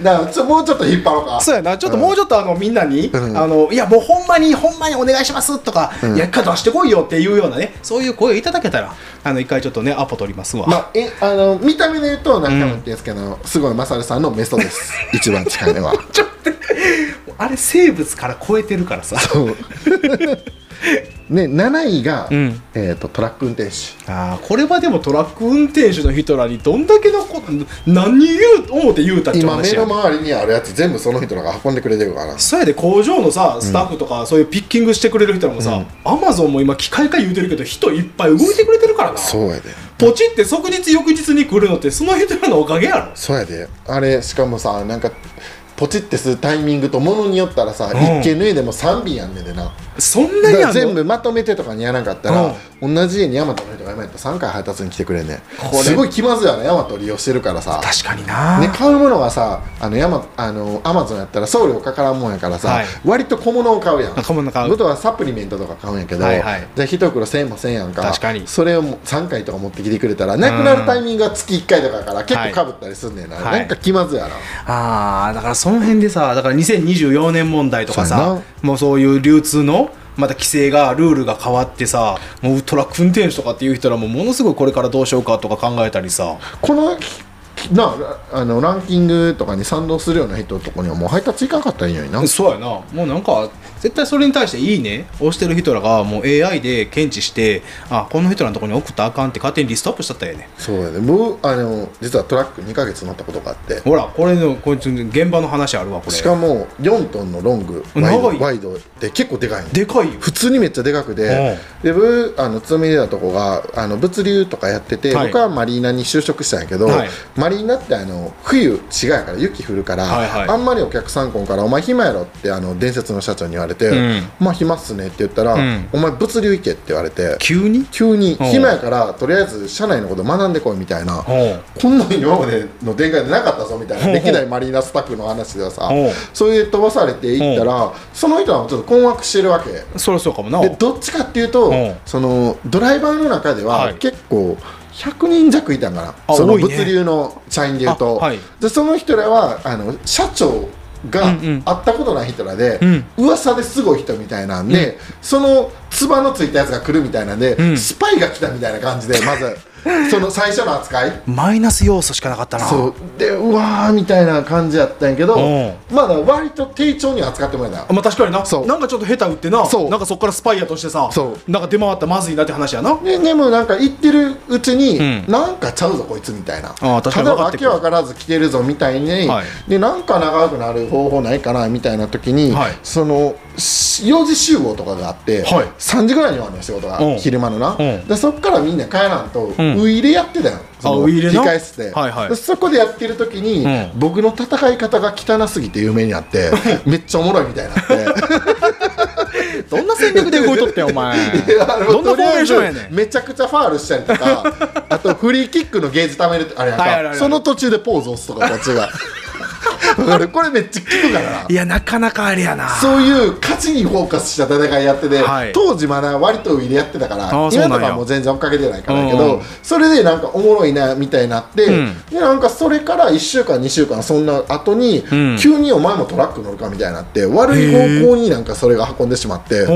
なちょもうちょっと引っ張ろうかそうやなちょっともうちょっとあのみんなに、んあのいやもうほんまにほんまにお願いしますとか、いや一回出してこいよっていうようなねそういう声をいただけたらあの一回ちょっとねアポ取りますわ、まあ、えあの見た目で言うと何回も言ってんですけど、すごいマサルさんのメソです 一番近いのはちょっと待ってあれ生物から超えてるからさ ね7位が、うんえー、とトラック運転手あーこれはでもトラック運転手の人らにどんだけのこと何言う思って言うたって今目話やの周りにあるやつ全部その人らが運んでくれてるからそうやで工場のさスタッフとか、そういうピッキングしてくれる人らもさアマゾンも今機械化言うてるけど人いっぱい動いてくれてるからなそうやでポチって即日翌日に来るのってその人らのおかげやろそうやであれしかもさなんかポチってするタイミングとものによったらさ、ん一軒脱いでも3便やんねんでなそんなだかにあらんの全部まとめてとかにやらなかったら、同じ家にヤマトの人がやめたら3回配達に来てくれんねんれすごい気まずいよねヤマト利用してるからさ確かにな、ね、買うものはさあのヤマあのアマゾンやったら送料かからんもんやからさ、はい割と小物を買うやんあ小物買うことはサプリメントとか買うんやけど、はいはいじゃあ一袋1000円も1000円やんか確かにそれを3回とか持ってきてくれたらなくなるタイミングが月1回とかやから結構かぶったりすんねんな、はいなんか気まずいやろ、ああだからその辺でさだから2024年問題とかそうやさなもうそういう流通のまた規制がルールが変わってさもうトラック運転手とかっていう人らもものすごいこれからどうしようかとか考えたりさこのなあのランキングとかに賛同するような人のとこにはもう配達行かなかったらいいのになそうやなもうなんか絶対それに対して「いいね」押してる人らがもう AI で検知してあこの人らのとこに送ったらあかんって勝手にリストアップしちゃったらええねそうやね僕あの実はトラック2ヶ月乗ったことがあってほらこれのこいつ現場の話あるわこれしかも4トンのロングワイ長いドワイドって結構でかいのでかいよ普通にめっちゃでかくて、で僕あの勤めてたとこがあの物流とかやってて、はい僕はマリーナに就職したんやけど、はいマリーナってあの冬違うやから雪降るから、はいはいあんまりお客さん来んから「お前暇やろ」ってあの伝説の社長に言われて「んまあ暇っすね」って言ったら「んお前物流行け」って言われて急に急にうん暇やからとりあえず社内のこと学んでこいみたいな。うんこんなん今までの展開でなかったぞみたいほうなほう歴代マリーナスタッフの話ではさほうそれで飛ばされていったらその人はちょっと困惑してるわけそりゃそうかもなでどっちかっていうとうんそのドライバーの中でははい結構100人弱いたんかあなその多いね物流の社員でいうとあはいでその人らはあの社長がうんうん会ったことない人らでうん噂ですごい人みたいなんでそのつばのついたやつが来るみたいなんんでスパイが来たみたいな感じでまず その最初の扱いマイナス要素しかなかったなそうでうわーみたいな感じやったんやけどうんまあ割と丁重には扱ってもらえたよあまあ確かになそうなんかちょっと下手打ってなそうなんかそっからスパイやとしてさそうなんか出回ったらまずいなって話やなででもなんか言ってるうちに、んなんかちゃうぞこいつみたいなー確かたにだ分かっわてくけるわからず来てるぞみたいに、はいでなんか長くなる方法ないかなみたいな時に、はいそのし4時集合とかがあって、はい3時ぐらいに終わるの仕事が、うん昼間のな、うんでそっからみんな帰らんと、んウイイレやってたよそのウイイレな控え室で,、はいはいでそこでやってる時に、うん僕の戦い方が汚すぎて有名に なってめっちゃおもろいみたいになって。どんな戦略で動いとってんお前どんなフォーメーションやねんめちゃくちゃファールしたりとか あとフリーキックのゲージ貯めるってあれやんはいはいはいかはいその途中でポーズ押すとかこっちがわかるこれめっちゃ効くからいやなかなかあれやなそういう勝ちにフォーカスした戦いやってて、はい当時まだ割とウィリやってたからあーそうな今んやとかもう全然追っかけてないからやけうどんそれでなんかおもろいなみたいになって、んでなんかそれから1週間2週間そんな後に、ん急にお前もトラック乗るかみたいになって悪い方向になんかそれが運んでしまってほ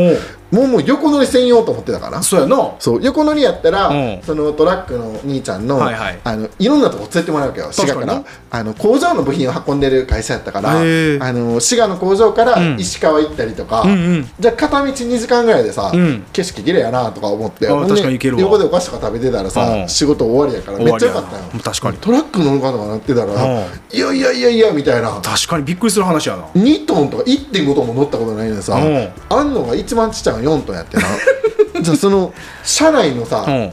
もうもう横乗り専用と思ってたからそうやなそう横乗りやったら、うんそのトラックの兄ちゃんの,、はいいはいあのいろんなとこ連れてもらうわけよ滋賀か確らかあの工場の部品を運んでる会社やったからあへーの滋賀の工場から石川行ったりとか、んうんじゃあ片道2時間ぐらいでさ、ん景色綺麗やなとか思ってあーほんで確かに行けるわ横でお菓子とか食べてたらさ、うん仕事終わりやからめっちゃよか終ったよわりやな確かにトラック乗るかとかなってたら、うんいやいやいやいやみたいな確かにびっくりする話やな2トンとか1.5トンも乗ったことないのにさ、うんあんのが一番ちっちゃいの4トン やってなじゃあその車内のさ、うん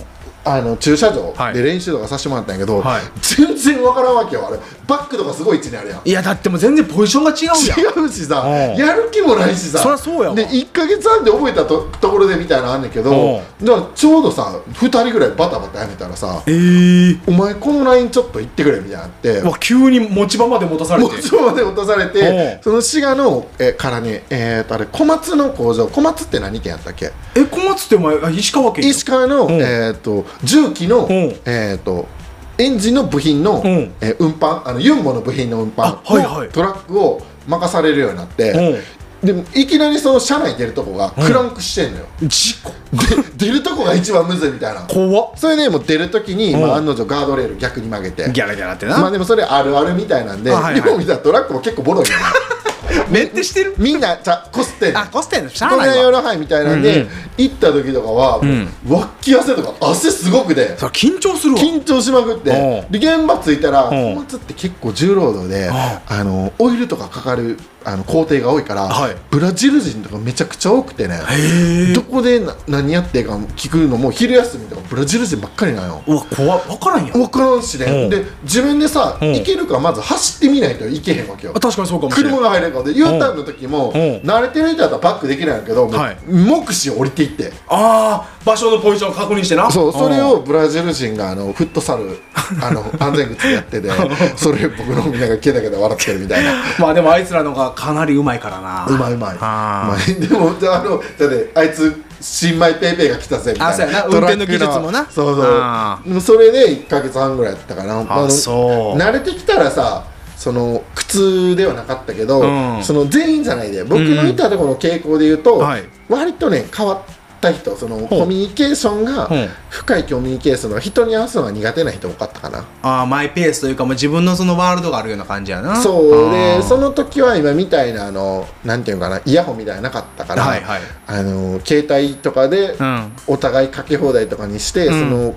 あの駐車場はいで練習とかさせてもらったんやけど、はい全然わからんわけよあれバックとかすごい位置にあるやんいやだってもう全然ポジションが違うやん違うしさうんやる気もないしさそりゃそうやわで1か月半で覚えたとところでみたいなのあんねんけうどじゃあちょうどさ2人ぐらいバタバタやめたらさえー、お前このラインちょっと行ってくれみたいになってうわ急に持ち場まで持たされもてうちょまで落とされうてんその滋賀のえからねえー、とあれ小松の工場小松って何県やったっけえ小松ってお前あ石川県やん石川の、んえー、と重機の、んえー、とエンジンの部品の、んえー運搬あのユンボの部品の運あ搬はいはいのトラックを任されるようになって、でもいきなりその車内出るとこがクランクして んのよ、事故で出るとこが一番むずいみたいな怖っそれでもう出るときに、んまあ、案の定ガードレール逆に曲げてギャラギャラってな、まあでもそれあるあるみたいなんで、あはいはいよう見たらトラックも結構ボロい よねメンテしてるみんなじゃあこすってんのあコステンしゃあこないれわが夜はいみたいなんで、うんうん行った時とかは、んわっき汗とか汗すごくでそれ緊張するわ緊張しまくってうで現場着いたらん小松って結構重労働であのオイルとかかかるあの工程が多いから、はいブラジル人とかめちゃくちゃ多くてねどこでな何やってえか聞くのも昼休みとかブラジル人ばっかりなんようわ怖っ分からんやん分からんしね、うんで自分でさ、うん行けるかまず走ってみないといけへんわけよあ確かにそうかもしれん車が入れんからで U ターンの時も、うん慣れてる人だったらバックできないんやけど、もうはい目視降りていってああ場所のポジション確認してなそうそれうんをブラジル人があのフットサルあの安全靴でやっててそれ僕のみんながケタケタ笑ってるみたいな。まあでもあいつらのがかなりうまいからなうまいうまいあうまいでもじゃああのだってあいつ新米ペイペイが来たぜみたいなあそうやなトラック運転の技術もなそうあそうでもそれで1か月半ぐらいやったかなあのそう慣れてきたらさその靴ではなかったけど、うんその全員じゃないで僕のいたところの傾向で言うと、はい割とね変わった人そのコミュニケーションがうん深いコミュニケーションの人に合わすのが苦手な人多かったかな、ああマイペースというかもう自分のそのワールドがあるような感じやなそうでそのの時は今みたいなあのなんていうのかなイヤホンみたいなのなかったから、はいはいあの携帯とかでうんお互いかけ放題とかにして、んその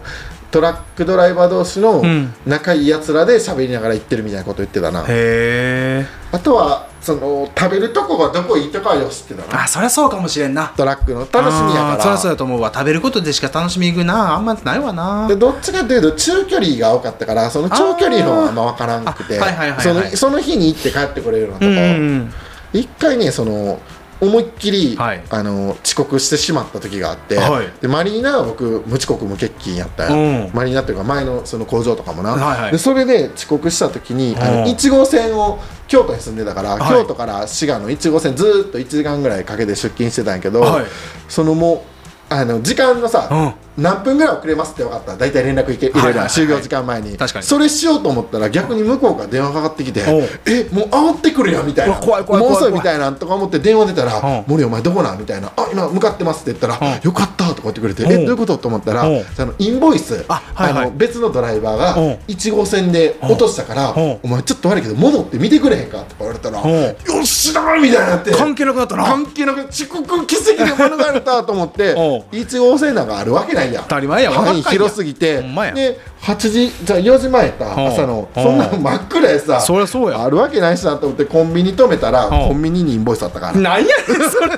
トラックドライバー同士のうん仲いいやつらで喋りながら行ってるみたいなこと言ってたな、へえあとはその食べるとこがどこいいとかはよしってたなあそりゃそうかもしれんなトラックの楽しみやあーからそりゃそうだと思うわ食べることでしか楽しみがなあんまないわなでどっちかというと中距離が多かったからその長距離の方はあんま分からなくてあーあはいはいはいはいそのその日に行って帰ってこれるようなとうこ、んうん一回ねその思いっきり、はいあの遅刻してしまった時があって、はいでマリーナは僕無遅刻無欠勤やったよ、うんマリーナというか前のその工場とかもな、はいはいでそれで遅刻した時に、あうのん1号線を京都に住んでたから、はい京都から滋賀の1号線ずーっと1時間ぐらいかけて出勤してたんやけど、はいそのもうあの時間のさ、うん何分ぐらい遅れますって分かったら大体連絡いけ入れるはいはいはやんい終業時間前に確かにそれしようと思ったら逆に向こうから電話かかってきておう「えもう煽ってくるやん」みたいなうわ怖い怖い怖いもう遅いみたいなとか思って電話出たらうん「森お前どこなん?」みたいな「あ今向かってます」って言ったらうん「よかった」とか言ってくれて「えうんどういうこと?」と思ったらうんそのインボイスあはいはいあの別のドライバーがうん1号線で落としたからうん「お前ちょっと悪いけど戻って見てくれへんか?」とか言われたら「うんよっしゃー」みたいになって関係なくなったな関係なく遅刻奇跡で免れたと思っ ておう1号線なんかあるわけないやん当たり前やわ範若囲いやん広すぎてほんまやで8時じゃあ4時前やったうん朝のうんそんなん真っ暗やさそりゃそうやあるわけないしなと思ってコンビニ止めたらんコンビニにインボイスあったからなんやねんそれ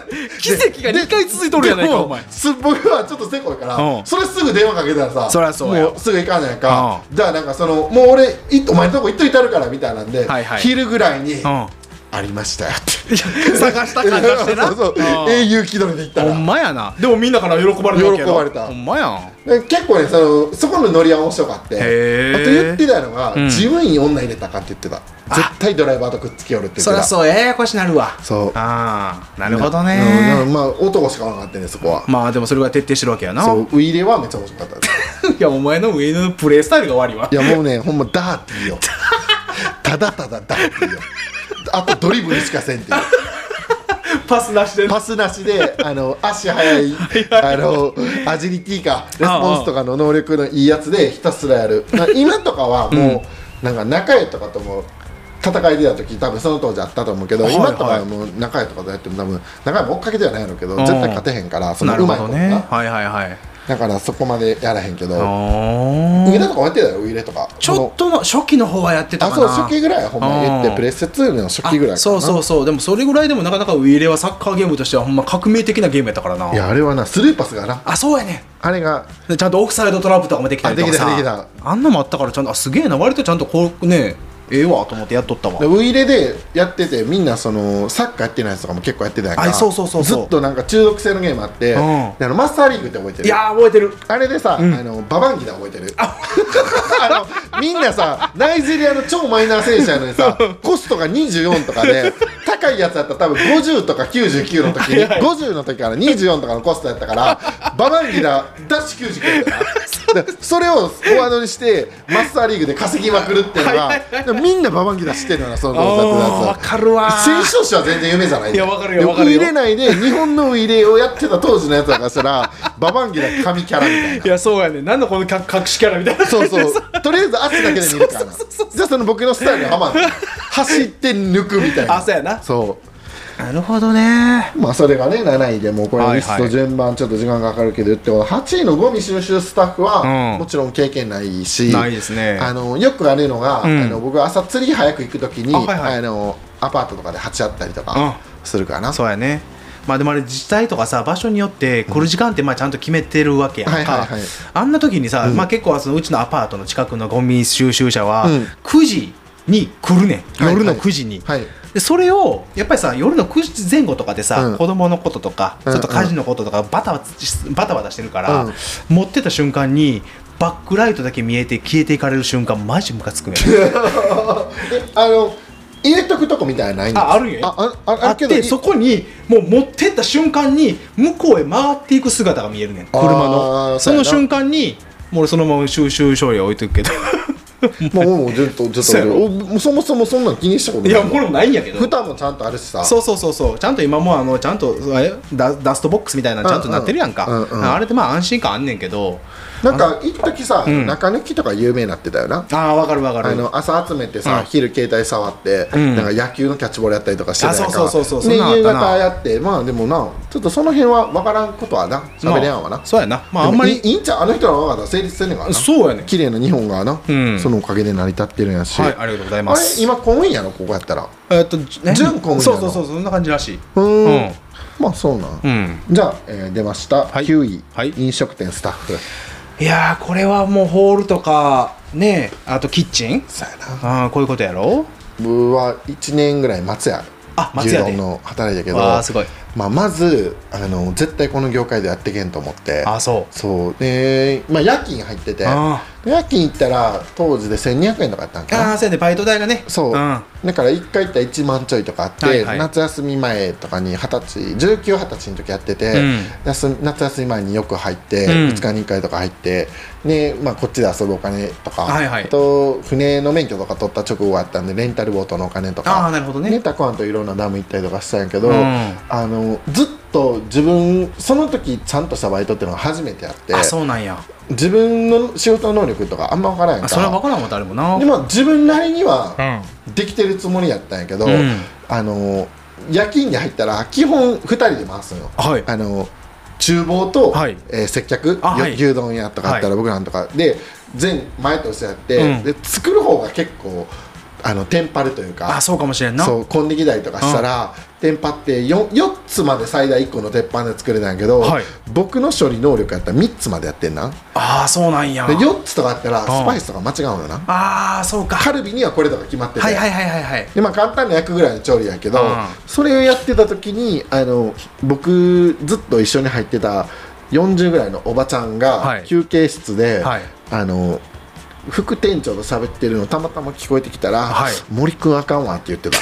奇跡が2回続いとるやないでかもお前す僕はちょっとせこいから、うんそれすぐ電話かけたらさそりゃそうやもうすぐ行かないか、うじゃあなんかそのもう俺いお前のとこ行っといたるからみたいなんで、はいはい昼ぐらいに、うんありましたよって いや探した感出してな そうそううん英雄気取りで行ったほらんまやなでもみんなから喜ばれたわけやろ喜ばれたほんまやんで結構ねそのそこのノリは面白かってへあーと言ってたのが、ん事務員女入れたかって言ってた絶対ドライバーとくっつきよるって言ってそりたゃそうややこしなるわそうああなるほどうねんまあ男しか分かってねそこは、まあでもそれは徹底してるわけやなそうウイレはめっちゃ面白かったですいやお前の上のプレイスタイルが悪いわいやもうねほんまダーティーよただただダーティーよあとドリブルしかせんっていうパス出してパスなしであの足速いあのアジリティかレスポンスとかの能力のいいやつでひたすらや るな今とかはもう、なんか中江とかとも戦いでた時多分その当時あったと思うけど、はいはい今とかはもう中江とかとやっても多分中江も追っかけではないのけど、うん絶対勝てへんからそのなるうまほいこどとねな、はいはいはいだからそこまでやらへんけどあ上ー田とかもやってたよ上田とかちょっとの初期の方はやってたあかそうな初期ぐらいはほんまに言っうてんプレステ2の初期ぐらいかなあそうそうそうでもそれぐらいでもなかなかウイイレはサッカーゲームとしてはほんま革命的なゲームやったからないやあれはなスルーパスがなあそうやねあれがでちゃんとオフサイドトラップとかもできたりとかさあできたできあんなもあったからちゃんとあすげえな割とちゃんとこうねええわと思ってやっとったわでウイイレでやっててみんなそのサッカーやってないやつとかも結構やってたやんかあそうそうそうそうずっとなんか中毒性のゲームあって、うんであのマスターリーグって覚えてるいやー覚えてるあれでさ、あのババンギダ覚えてる あのみんなさナイジェリアの超マイナー選手やの にさコストが24とかで高いやつだったら多分50とか99の時に50の時から24とかのコストやっ たからババンギダダッシュ99やったなでそれをフォワードにしてマスターリーグで稼ぎまくるっていうのはいがでみんなババンギダ知ってるよなそのコストやってたやわつかるわ選手としては全然夢じゃないいやわかるよわかるよ入れないで日本の入れをやってた当時のやつだからしたらババンギラ神キャラみたいないやそうやねなんだこのか隠しキャラみたいなそ うそうとりあえず足だけで見るからなじゃあその僕のスタイルはまん走って抜くみたいなあそうやなそなるほどねまあそれがね7位でもうこれはいはいリスト順番ちょっと時間がかかるけど言ってこと8位のゴミ収集スタッフうはんもちろん経験ないし、ないですねあのよくあるのが、うんあの僕朝釣り早く行く時にあ、あはいはいのアパートとかで鉢あったりとうんかするかな、そうやねまあでもあれ自治体とかさ場所によって来る時間ってまあちゃんと決めてるわけやんか、はいはいはいあんな時にさ、まあ結構そのうちのアパートの近くのゴミ収集車はうん9時に来るねん、はいはい夜の9時に、はいでそれをやっぱりさ夜の9時前後とかでさ、うん子供のこととかちうんょっと家事のこととかバタバタバタバタしてるから、うん持ってた瞬間にバックライトだけ見えて消えていかれる瞬間マジムカつくねえあの入れとくとこみたいなのないんですああるんやああああるっけどてそこにもう持ってった瞬間に向こうへ回っていく姿が見えるねん車あーのそそうやのな瞬間にもう俺そのまま収集処理置いとくけどもうもうずっとずっとそうやろおもうそもそもそんなん気にしたこといなやいこれもないんやけど蓋もちゃんとあるしさそうそうそうそうちゃんと今もあのちゃんとえダダストボックスみたいなのちゃんとなってるやんか、うんうんうんうんあれってまあ安心感あんねんけどなんか一時さ、ん中抜きとか有名になってたよなああわかるわかるあの朝集めてさ、うん昼携帯触って、んなんか野球のキャッチボールやったりとかしてたやんかあそうそうそうそうそでんなんあ夕ったな方やってまあでもなちょっとその辺は分からんことはな喋れやんわな、まあそうやなまああでんもまいいりいいんちゃうあの人の方が成立するねんからなそうやね綺麗な日本がな、うんそのおかげで成り立ってるんやし、はいありがとうございあまれす今公務員やろここやったらえっとね準公務員なのそうそうそうそんな感じらしいうーんうんまあそうなん、うんじゃあ、えー出ました、はい9位、はい飲食店スタッフいやーこれはもうホールとかねあとキッチンそうやなああこういうことやろ僕は1年ぐらい松屋あ松屋で牛丼の働いたけどわあすごいまあ、まずあの絶対この業界でやってけんと思ってああそうそうで、まあ、夜勤入っててあで夜勤行ったら当時で1200円とかやったんかあなあそうやねバイト代がねそう、んだから1回行ったら1万ちょいとかあって、はいはい夏休み前とかに二十歳1920歳の時やってて、うん休み夏休み前によく入って、うん2日に1回とか入ってで、まあ、こっちで遊ぶお金とか、はいはいあと船の免許とか取った直後やったんでレンタルボートのお金とあかあなるほどね、ねタコアンといろんなダム行ったりとかしたんやけど、うんあのずっと自分その時ちゃんとしたバイトっていうのは初めてやってあそうなんや自分の仕事能力とかあんま分からんやんあそれは分かからんもん誰もなでも自分なりにはんできてるつもりやったんやけど、うんあの夜勤に入ったら基本2人で回すのよはいあの厨房と、はいえー接客、あはいよ牛丼屋とかあったらは僕らのとかで前前としてやって、うんで作る方が結構あのテンパるというかあそうかもしれんなそう混んできたりとかしたら、テンパって 4, 4つまで最大1個の鉄板で作れたんやけど、はい僕の処理能力やったら3つまでやってんなでああそうなんや4つとかあったらスパイスとか間違うのよなああそうかカルビにはこれとか決まってて、はいはいはいはい はいでまあ、簡単な焼くぐらいの調理やけど、うんそれをやってた時にあの僕ずっと一緒に入ってた40ぐらいのおばちゃんはがい休憩室で、はいあの副店長と喋ってるのたまたま聞こえてきたら「はい森君あかんわ」って言ってた。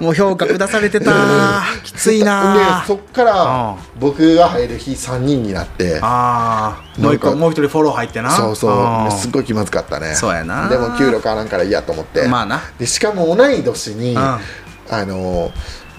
もう評価下されてたきついな でそっかうらん僕が入る日3人になってああもう一なん個かもう一人フォロー入ってなそうそうすっうごい気まずかったねそうやなでも給料変わらんから嫌と思ってんまあなでしかも同い年に、んあの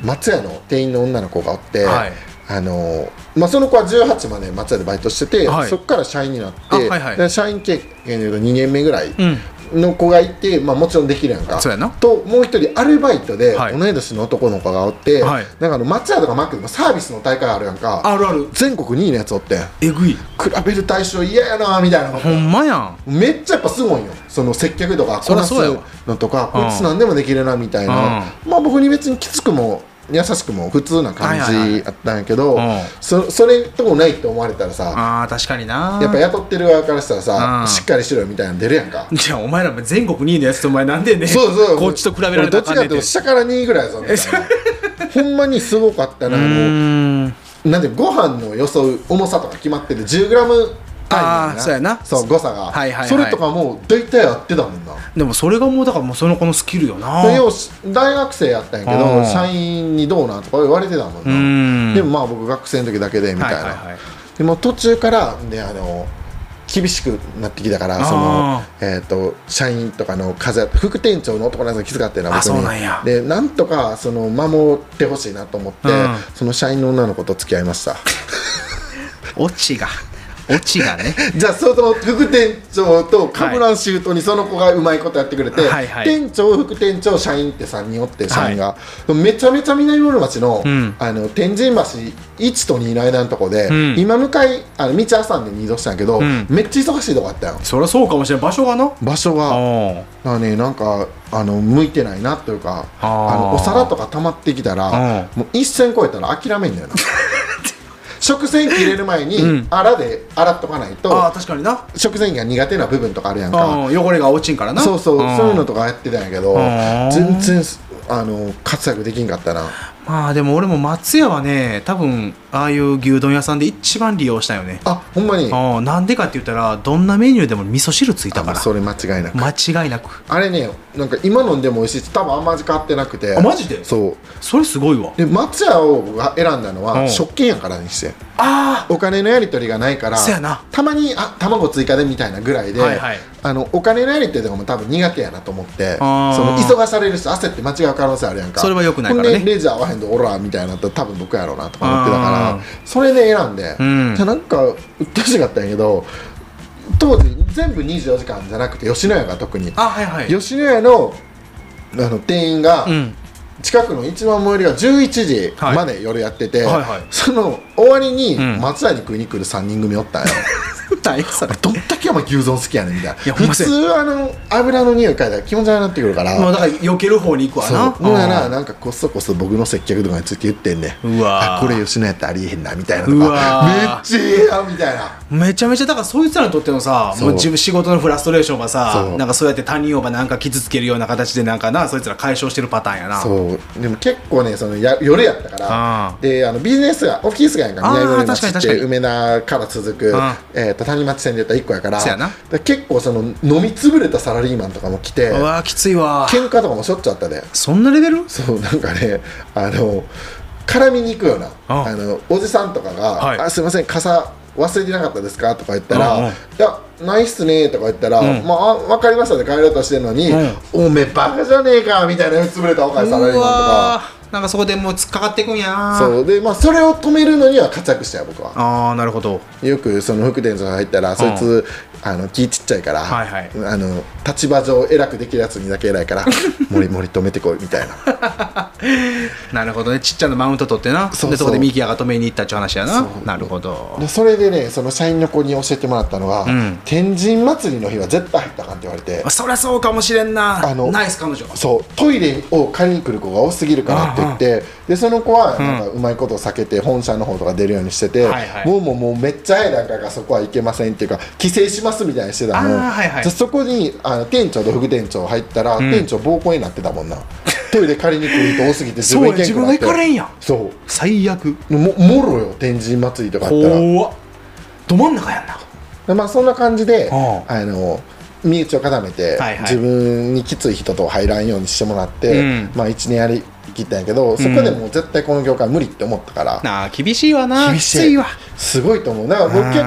松屋の店員の女の子がおって、はいあのまあ、その子は18まで松屋でバイトしてて、はいそこから社員になっあて、はいはいで社員経験でいうと2年目ぐらいうんの子がいて、まあ、もちろんできるやんかそうやなともう一人アルバイトではい同い年の男の子がおって、はいなんかあの松屋とかマックでもサービスの大会あるやんかあるある全国2位のやつおってえぐい比べる対象嫌やなみたいなこほとんまやんめっちゃやっぱすごいよその接客とかそこりなゃすそうやわのとかうんこいつ何でもできるなみたいな、まあ僕に別にきつくも優しくも普通な感はいはいはじやったんやけど、うんそそれともないって思われたらさあー確かになやっぱ雇ってる側からしたらさ、うんしっかりしろよみたいなの出るやんかじゃあお前らも全国2位のやつとお前なんでねそうそうこっちと比べられたらあどっちかかっんねんていうてと下から2位ぐらいやぞみたい なほんまにすごかったなあうのーんなんでご飯の予想重さとか決まってて 10g 単位あーそうやなそう誤差が、はいはいはいそれとかもう大体やってたもんなでもそれがもうだからもうその子のスキルよなで要す大学生やったんやけうどん社員にどうなんとか言われてたもうーんんなでもまあ僕学生の時だけでみたいな、はいはいはいでも途中からねあの厳しくなってきたかあらーその、えー、と社員とかの風邪副店長の男のやつがきつかったよなあ僕にそうなんやでなんとかその守ってほしいなと思って、うんその社員の女の子と付き合いましたオチがオチがね じゃあその副店長とカブランシュートにその子がうまいことやってくれて、はいはい店長副店長社員って3人おって社員が、はめちゃめちゃ南室町の,、うんあの天神橋1と2の間のとこで、ん今向かいあの道挟んで2度したんやけど、んめっちゃ忙しいとこあったよ そりゃそうかもしれない場所がな場所あがーだからねなんかあの向いてないなというかああーのお皿とか溜まってきたらもう一線超えたら諦 めんだよな食洗機入れる前に、んあらで洗っとかないとあー確かにな食前機が苦手な部分とかあるやんかあー汚れが落ちんからなそうそうあーそういうのとかやってたんやけどあー全然あの活躍できんかったなまあでも俺も松屋はね多分ああいう牛丼屋さんで一番利用したよねあほんまにあーなんでかって言ったらどんなメニューでも味噌汁ついたかあらそれ間違いなく間違いなくあれねなんか今飲んでも美味しいし多分あんま味変わってなくてあマジでそうそれすごいわで松屋をが選んだのうはん食券やからにしてあお金のやり取りがないからそやなたまにあ卵追加でみたいなぐらいで、はいはいあのお金のやり取りとかも多分苦手やなと思ってそあーの急がされる人焦って間違う可能性あるやんかそれは良くないからねほんでレジ合わへんとオラみたいなと多分僕やろうなとか思ってたあかーらそれで選んで、うんじゃあなんかうっとうしかったんやけど当時全部24時間じゃなくて吉野家が特にああはいはい吉野家のあの店員が、うん近くの一番最寄りが11時まで夜やってて、はいはいその終わりにん松屋に食いに来る3人組おったんよ大変それ どんだけお前牛丼好きやねんみたいないやほんまそ普う通あの油の匂い嗅いだら気持ち悪くなってくるから、まあだから避ける方に行くわなそうほんなあらーなんかこそこそ僕の接客とかについて言ってんねうわーあこれ吉野家ってありえへんなみたいなとうかめわっちゃええやんみたいなめちゃめちゃだからそいつらにとってのさそうもう自分仕事のフラストレーションがそさうなんかそうやって他人をばなんか傷つけるような形でなんかなそいつら解消してるパターンやなそうでも結構ねそのや夜やったからあーであのビジネスがオフィス街やんかあー南寄り確町かっに確かてに梅田から続くうん、えー、と谷町線で言ったら1個やからそやなだから結構その飲み潰れたサラリーマンとかも来てうわーきついわ喧嘩とかもしょっちゅうあったでそんなレベルそうなんかねあの絡みに行くようなああのおじさんとかが「はいあすいません傘忘れてなかったですか?」とか言ったうんらうん「いやないっすね」とか言ったら「んまああ分かりました」って帰ろうとしてるのにうん「おめえバカじゃねえか」みたいな潰れた若いサラリーマンとか。ーなんかそこでもう突っかかっていくんやなそうでまあそれを止めるのには活躍したよ僕はああなるほどよくその副店長が入ったらそいつあの気ちっちゃいから、はいはいあの立場上偉くできるやつにだけ偉い から「もりもり止めてこい」みたいななるほどねちっちゃなマウント取ってなそうそうでそこでミキヤが止めに行ったっちゅう話やなそうなるほどでそれでねその社員の子に教えてもらったのが、ん天神祭りの日は絶対入ったらあかんって言われてそりゃそうかもしれんなあのナイス彼女そうトイレを借りに来る子が多すぎるからって言ってでその子はなんかうまいことを避けて本社の方とか出るようにしてて、はいはいもうもうもうめっちゃ早い段階からそこはいけませんっていうか帰省しますみたいにしてたの、あーはいはいじゃあそこにあの店長と副店長入ったら、店長暴行になってたもんなトイレ借りに来る人多すぎて自分行けんくなってそうや自分が行かれんやんそ最悪うももろよ天神祭りとかやったら怖っど真ん中やんなでまあそんな感じで、うんあの身内を固めて、はいはい自分にきつい人と入らんようにしてもらって、うんまあ1年やりきったんやけどそこでもう絶対この業界無理って思ったから、なあ厳しいわな厳しいすごいと思うだから僕うん結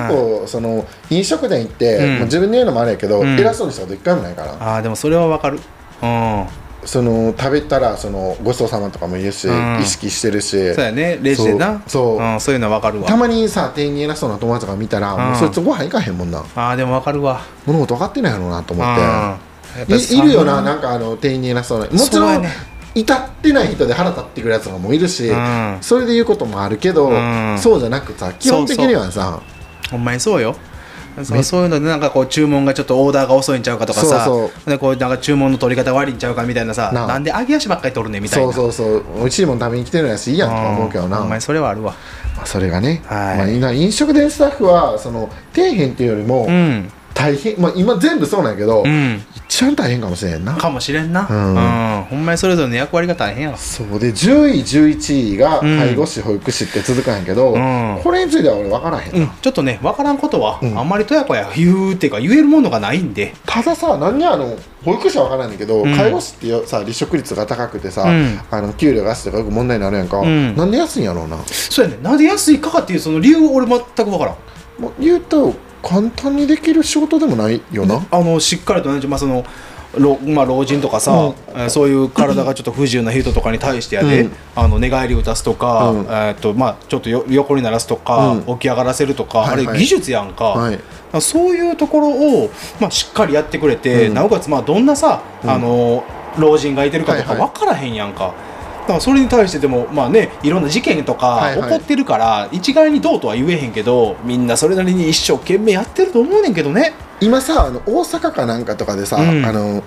構その飲食店行って、うんもう自分で言うのもあれやけど、ん偉そうにしたこと一回もないからあーでもそれはわかるうんその食べたらそのごちそうさまとかも言うし、うん意識してるしそうやねレジでなそうそうんそういうのはわかるわたまにさ店員偉そうな友達とか見たら、もうそいつご飯行かへんもんなあーでもわかるわ物事分かってないやろうなと思って。うんいいるよな、なんかあの店員に偉そうな、もちそうろやん、ね至ってない人で腹立ってくるやつとかもいるし、うんそれで言うこともあるけど、うんそうじゃなくさ、基本的にはさ、ほんまにそうよそうそういうのでなんかこう注文がちょっとオーダーが遅いんちゃうかとかさそうでこうなんか注文の取り方悪いんちゃうかみたいなさなあなんで揚げ足ばっかり取るねみたいそなうそうそう、美味しいもん食べに来てるやし、いいやんとか思うけどな、んほんままにそれはあるわあ、それがね、はいまあ今、飲食店スタッフは、その底辺っていうよりも、うん大変、まあ、今、全部そうなんやけど、うん一番大変かもしれんな。かもしれんなううん、ほんまにそれぞれの役割が大変やわそうで10位、11位がん介護士、保育士って続くんやけど、うんこれについては俺分からへんな、うん、ちょっとね分からんことは、うんあんまりとやかや言うっていうか言えるものがないんでたださ何やあの保育士は分からないんだけど、ん介護士ってよさ離職率が高くてさ、うんあの給料が安いとかよく問題になるやんか、んなんで安いんやろうなそうやねなんで安いかかっていうその理由を俺全く分からんもう言うと簡単にできる仕事でもないよな、あのしっかりとね、まあ、その老まあ、老人とかさ、えーそういう体がちょっと不自由な人とかに対してやで、うんあの寝返りを出すとか、うんえーっとまあ、ちょっとよ横にならすとか、うん起き上がらせるとか、はいはいあれ技術やんか,、はいそういうところを、まあ、しっかりやってくれて、うんなおかつ、まあ、どんなさ、あの老人がいてるかとかはいはい分からへんやんか。だからそれに対してでもまあねいろんな事件とかはい起はいこってるから、一概にどうとは言えへんけどみんなそれなりに一生懸命やってると思うねんけどね。今さあの大阪かなんかとかでさ、うんあの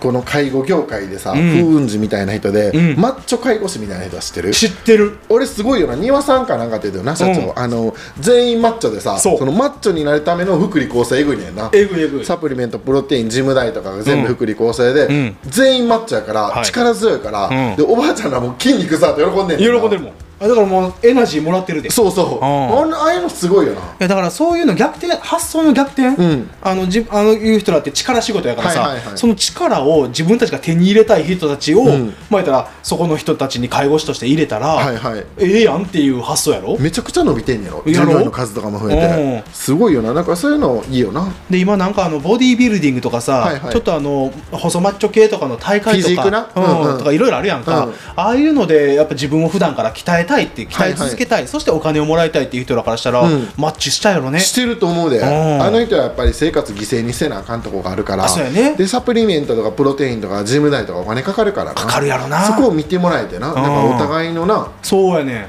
この介護業界でさ、うん風雲児みたいな人で、うんマッチョ介護士みたいな人は知ってる知ってる俺すごいよな丹羽さんかなんかって言うてたよな社長、うあの全員マッチョでさそそうのマッチョになるための福利厚生えぐいねんなえぐいえぐいサプリメントプロテインジム代とかが全部うん福利厚生で、うん全員マッチョやから、はい力強いから、うんでおばあちゃんらも筋肉さって喜んでん喜ねんなんでるもんあだからもうエナジーもらってるでいそうそうああんなああいうのすごいよなやだからそういうの逆転発想の逆転、んあのじあのいう人だって力仕事やからさ、はいはいはいその力を自分たちが手に入れたい人たちを、うんまあ言ったらそこの人たちに介護士として入れたら、はいはいええやんっていう発想やろめちゃくちゃ伸びてんやろやろ従業員の数とかも増えうてすごいよななんかそういうのいいよなで今なんかあのボディービルディングとかさ、はいはいちょっとあの細マッチョ系とかの大会フィジとークなか、うんうんうんとかいろいろあるやんか、うんああいうのでやっぱ自分を普段から鍛えたいって鍛え続けたい、そしてお金をもらいたいっていう人らからしたら、うんマッチしたやろねしてると思うでんあの人はやっぱり生活犠牲にせなあかんとこがあるからあそうやねでサプリメントとかプロテインとかジム代とかお金かかるからかかるやろなそこを見てもらえてななんかお互いのなそうやね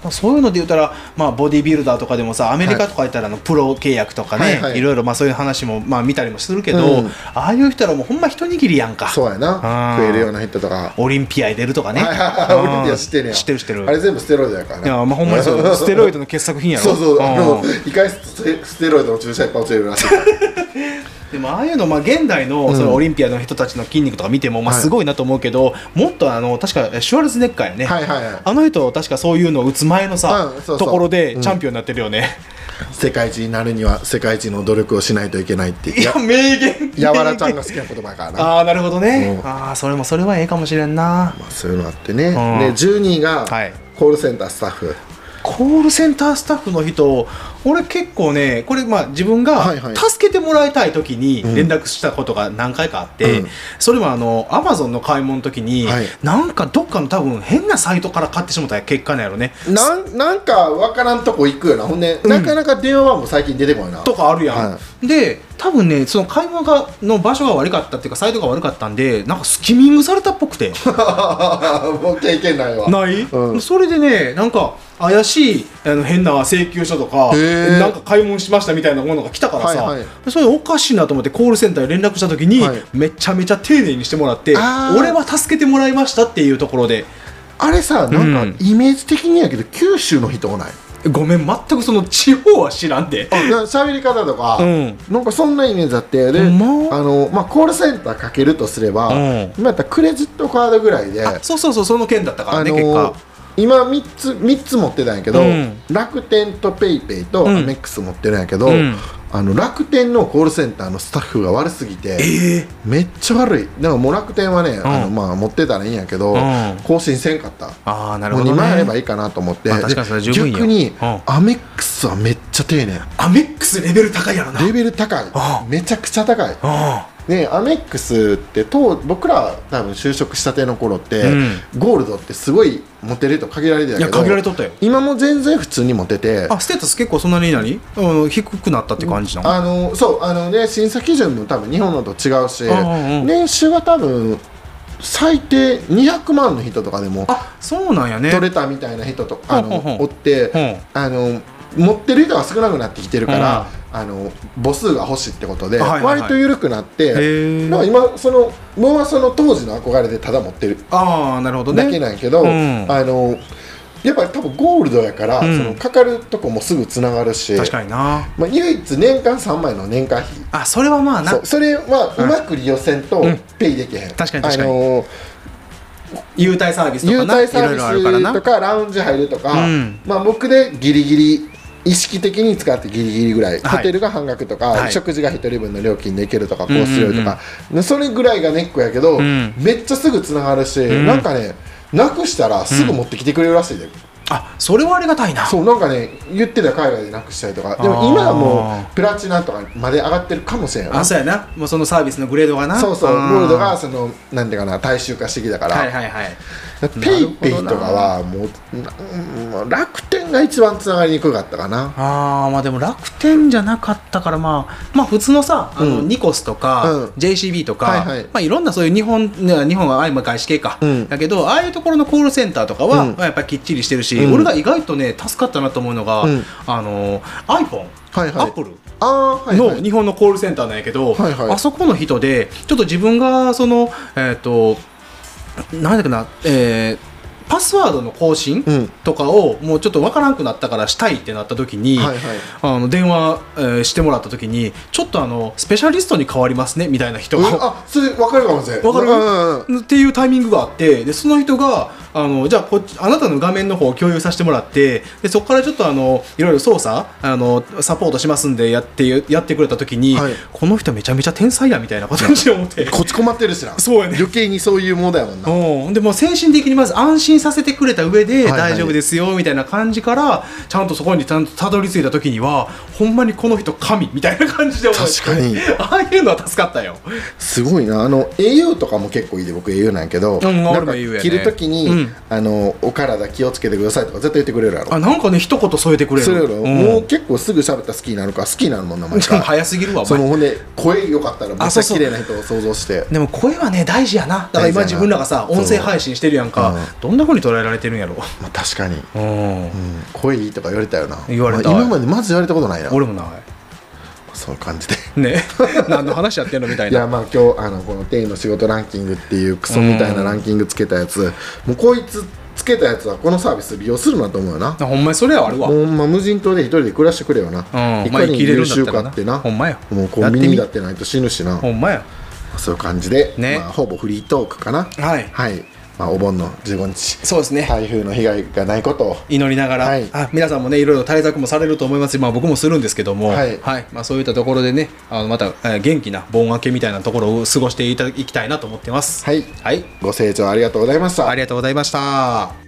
まあそういうので言ったら、まあ、ボディビルダーとかでもさアメリカとか言ったらあのプロ契約とかね、はいいはいろいろまあそういう話もまあ見たりもするけど、うんああいう人らもうほんま一握りやんかそうやなうん食えるような人とかオリンピアに出るとか ねオリンピア知ってるやん知ってる知ってるあれ全部ステロイドやかいらやなまあほんまにそうよステロイドの傑作品やろそうそうあのん一回ステステロイドの注射いっぱい落ちるらしい でもああいうの、まあ、現代のそのオリンピアの人たちの筋肉とか見ても、まあ、はいすごいなと思うけど、もっとあの確かシュワルツェネッカーやね、はいはいはいあの人確かそういうのを打つ前のさ、うんそうそうところでチャンピオンになってるよね、世界一になるには世界一の努力をしないといけないっていや名言やわらちゃんが好きな言葉やから なああなるほどね、うんああそれもそれはええかもしれんなまあそういうのあってね、んで12位がはいコールセンタースタッフ、コールセンタースタッフの人俺結構ねこれまあ自分がはいはい助けてもらいたい時にん連絡したことが何回かあって、うんそれもあのアマゾンの買い物の時に、はいなんかどっかの多分変なサイトから買ってしまった結果なんやろねなんなんかわからんとこ行くよなほんで、なかなか電話番号最近出てこないなとかあるやん、はで多分ねその買い物がの場所が悪かったっていうかサイトが悪かったんでなんかスキミングされたっぽくて もう経験ないわない、うんそれでねなんか怪しいあの変な請求書とかへーなんか買い物しましたみたいなものが来たからさ、はいはそれおかしいなと思ってコールセンターに連絡した時に、はいめちゃめちゃ丁寧にしてもらってあー俺は助けてもらいましたっていうところであれさなうんんかイメージ的にやけど九州の人おないごめん全くその地方は知らんで。な喋り方とか、うんなんかそんなイメージあってで、ほんまあのまあ、コールセンターかけるとすれば、うん今やったらクレジットカードぐらいであそうそうそうその件だったからあね、の結果今3つ三つ持ってたんやけど、うん楽天とペイペイとうんアメックス持ってるんやけど、うんあの楽天のコールセンターのスタッフが悪すぎてえめっちゃ悪いだからもう楽天はね、あのうんまあ、持ってたらいいんやけど、ん更新せんかった。ああなるもほど、うね、 2枚あればいいかなと思って、まあ確かにそれは十分よ逆に、うんアメックスはめっちゃ丁寧アメックスレベル高いやろなレベル高いうんめちゃくちゃ高いあねアメックスって当僕ら多分就職したての頃って、うんゴールドってすごいモテると限られていたけやど限られとったよ今も全然普通にモテてあステータス結構そんなに何あの低くなったって感じなのあのそうあのね審査基準も多分日本のと違うし、うんうんうん年収は多分最低200万の人とかでもあそうなんやね取れたみたいな人とかあほうのほうほうおって、うんあの持ってる人が少なくなってきてるから、あの母数が欲しいってことで、はいはいはい割と緩くなっへてーなんか今その僕はその当時の憧れでただ持ってるああなるほどねだけなんやけど、うんあのやっぱり多分ゴールドやから、うんそのかかるとこもすぐつながるし、確かになまあ、唯一年間3枚の年間費あそれはまあなそうそれはうまく利用せんとうんペイできへん、確かに確かにあのー優待サービスと優かな待いサろいろあるかーらビスとなかラウンジ入るとか、うんまあ、僕でギリギリ意識的に使ってギリギリぐらい、はいホテルが半額とか、はい食事が1人分の料金で行けるとかコース料理とうんか、それぐらいがネックやけど、うんめっちゃすぐつながるし、んなんかねなくしたらすぐ持ってきてくれるらしいで、あそれはありがたいなそうなんかね言ってた海外でなくしたりとかでも今はもうプラチナとかまで上がってるかもしれんよなあそうやなもうそのサービスのグレードがなそうそうゴんールドがそのなんていうかな大衆化してきたから、はいはいはいペイペイとかはもううん楽天が一番つながりにくかったかなあーまあでも楽天じゃなかったからまあまあ普通のさあの、うんニコスとか、うん JCB とか、はいはいいまあ、いろんなそういう日本ね日本はあ今外資系か、うんだけどああいうところのコールセンターとかは、うんまあやっぱりきっちりしてるし、うん俺が意外とね助かったなと思うのが、うんあの iPhone、はいはい Apple ああーはいはのい日本のコールセンターなんやけど、はいはいあそこの人でちょっと自分がそのえっ、となんだっけな、えーパスワードの更新うんとかをもうちょっとわからんくなったからしたいってなった時に、はいはいあの電話、えーしてもらった時にちょっとあのスペシャリストに変わりますねみたいな人うんが。あそれ分かるかもしれんわかるうんうんうんっていうタイミングがあってでその人があのじゃあこっちあなたの画面の方を共有させてもらってでそこからちょっとあのいろいろ操作あのサポートしますんでやってやってくれた時に、はいこの人めちゃめちゃ天才やみたいなことに思ってこっち困ってるしなそうやね余計にそういうもんだよなうん、でも精神的にまず安心させてくれた上ではいはい大丈夫ですよみたいな感じから、ちゃんとそこにちゃんとたどり着いた時にはほんまにこの人神みたいな感じで思確かに ああいうのは助かったよすごいなあの au とかも結構いいで僕 au なんやけど、ん俺もなんか au やね着るときに、うんあの「お体気をつけてください」とか絶対言ってくれるやろあなんかね一言添えてくれるそれやろ、うんもう結構すぐ喋ったら好きになるから好きになるもんな前しかかも 早すぎるわおそ前のほんで声良かったらめあっちそうゃそう綺麗な人を想像してでも声はね大事やなだから今大自事やな分らがさ音声配信してるやんか、どんなふうに捉えられてるんやろ、まあ確かに、うんうん、声いいとか言われたよな言われたまあ今までまず言われたことないな俺もなそういう感じでい ね何の話やってんのみたいいなやまあ今日あのこの「店員の仕事ランキング」っていうクソみたいなランキングつけたやつ、もうこいつつけたやつはこのサービス利用するなと思うよなあほんまにそれはあるわもうほんま無人島で一人で暮らしてくれよな、んいかに優秀まあ生きれるんだったらかなってなほんまやもうコンビニだってないと死ぬしなほんまやそういう感じで、ねまあ、ほぼフリートークかなはいはいまあ、お盆の15日そうですね台風の被害がないことを祈りながら、はいあ皆さんもねいろいろ対策もされると思いますし、まあ、僕もするんですけども、はいまあ、そういったところでねあのまた、えー元気な盆明けみたいなところを過ごしていただきたいなと思ってます。はいはい、ご清聴ありがとうございましたありがとうございました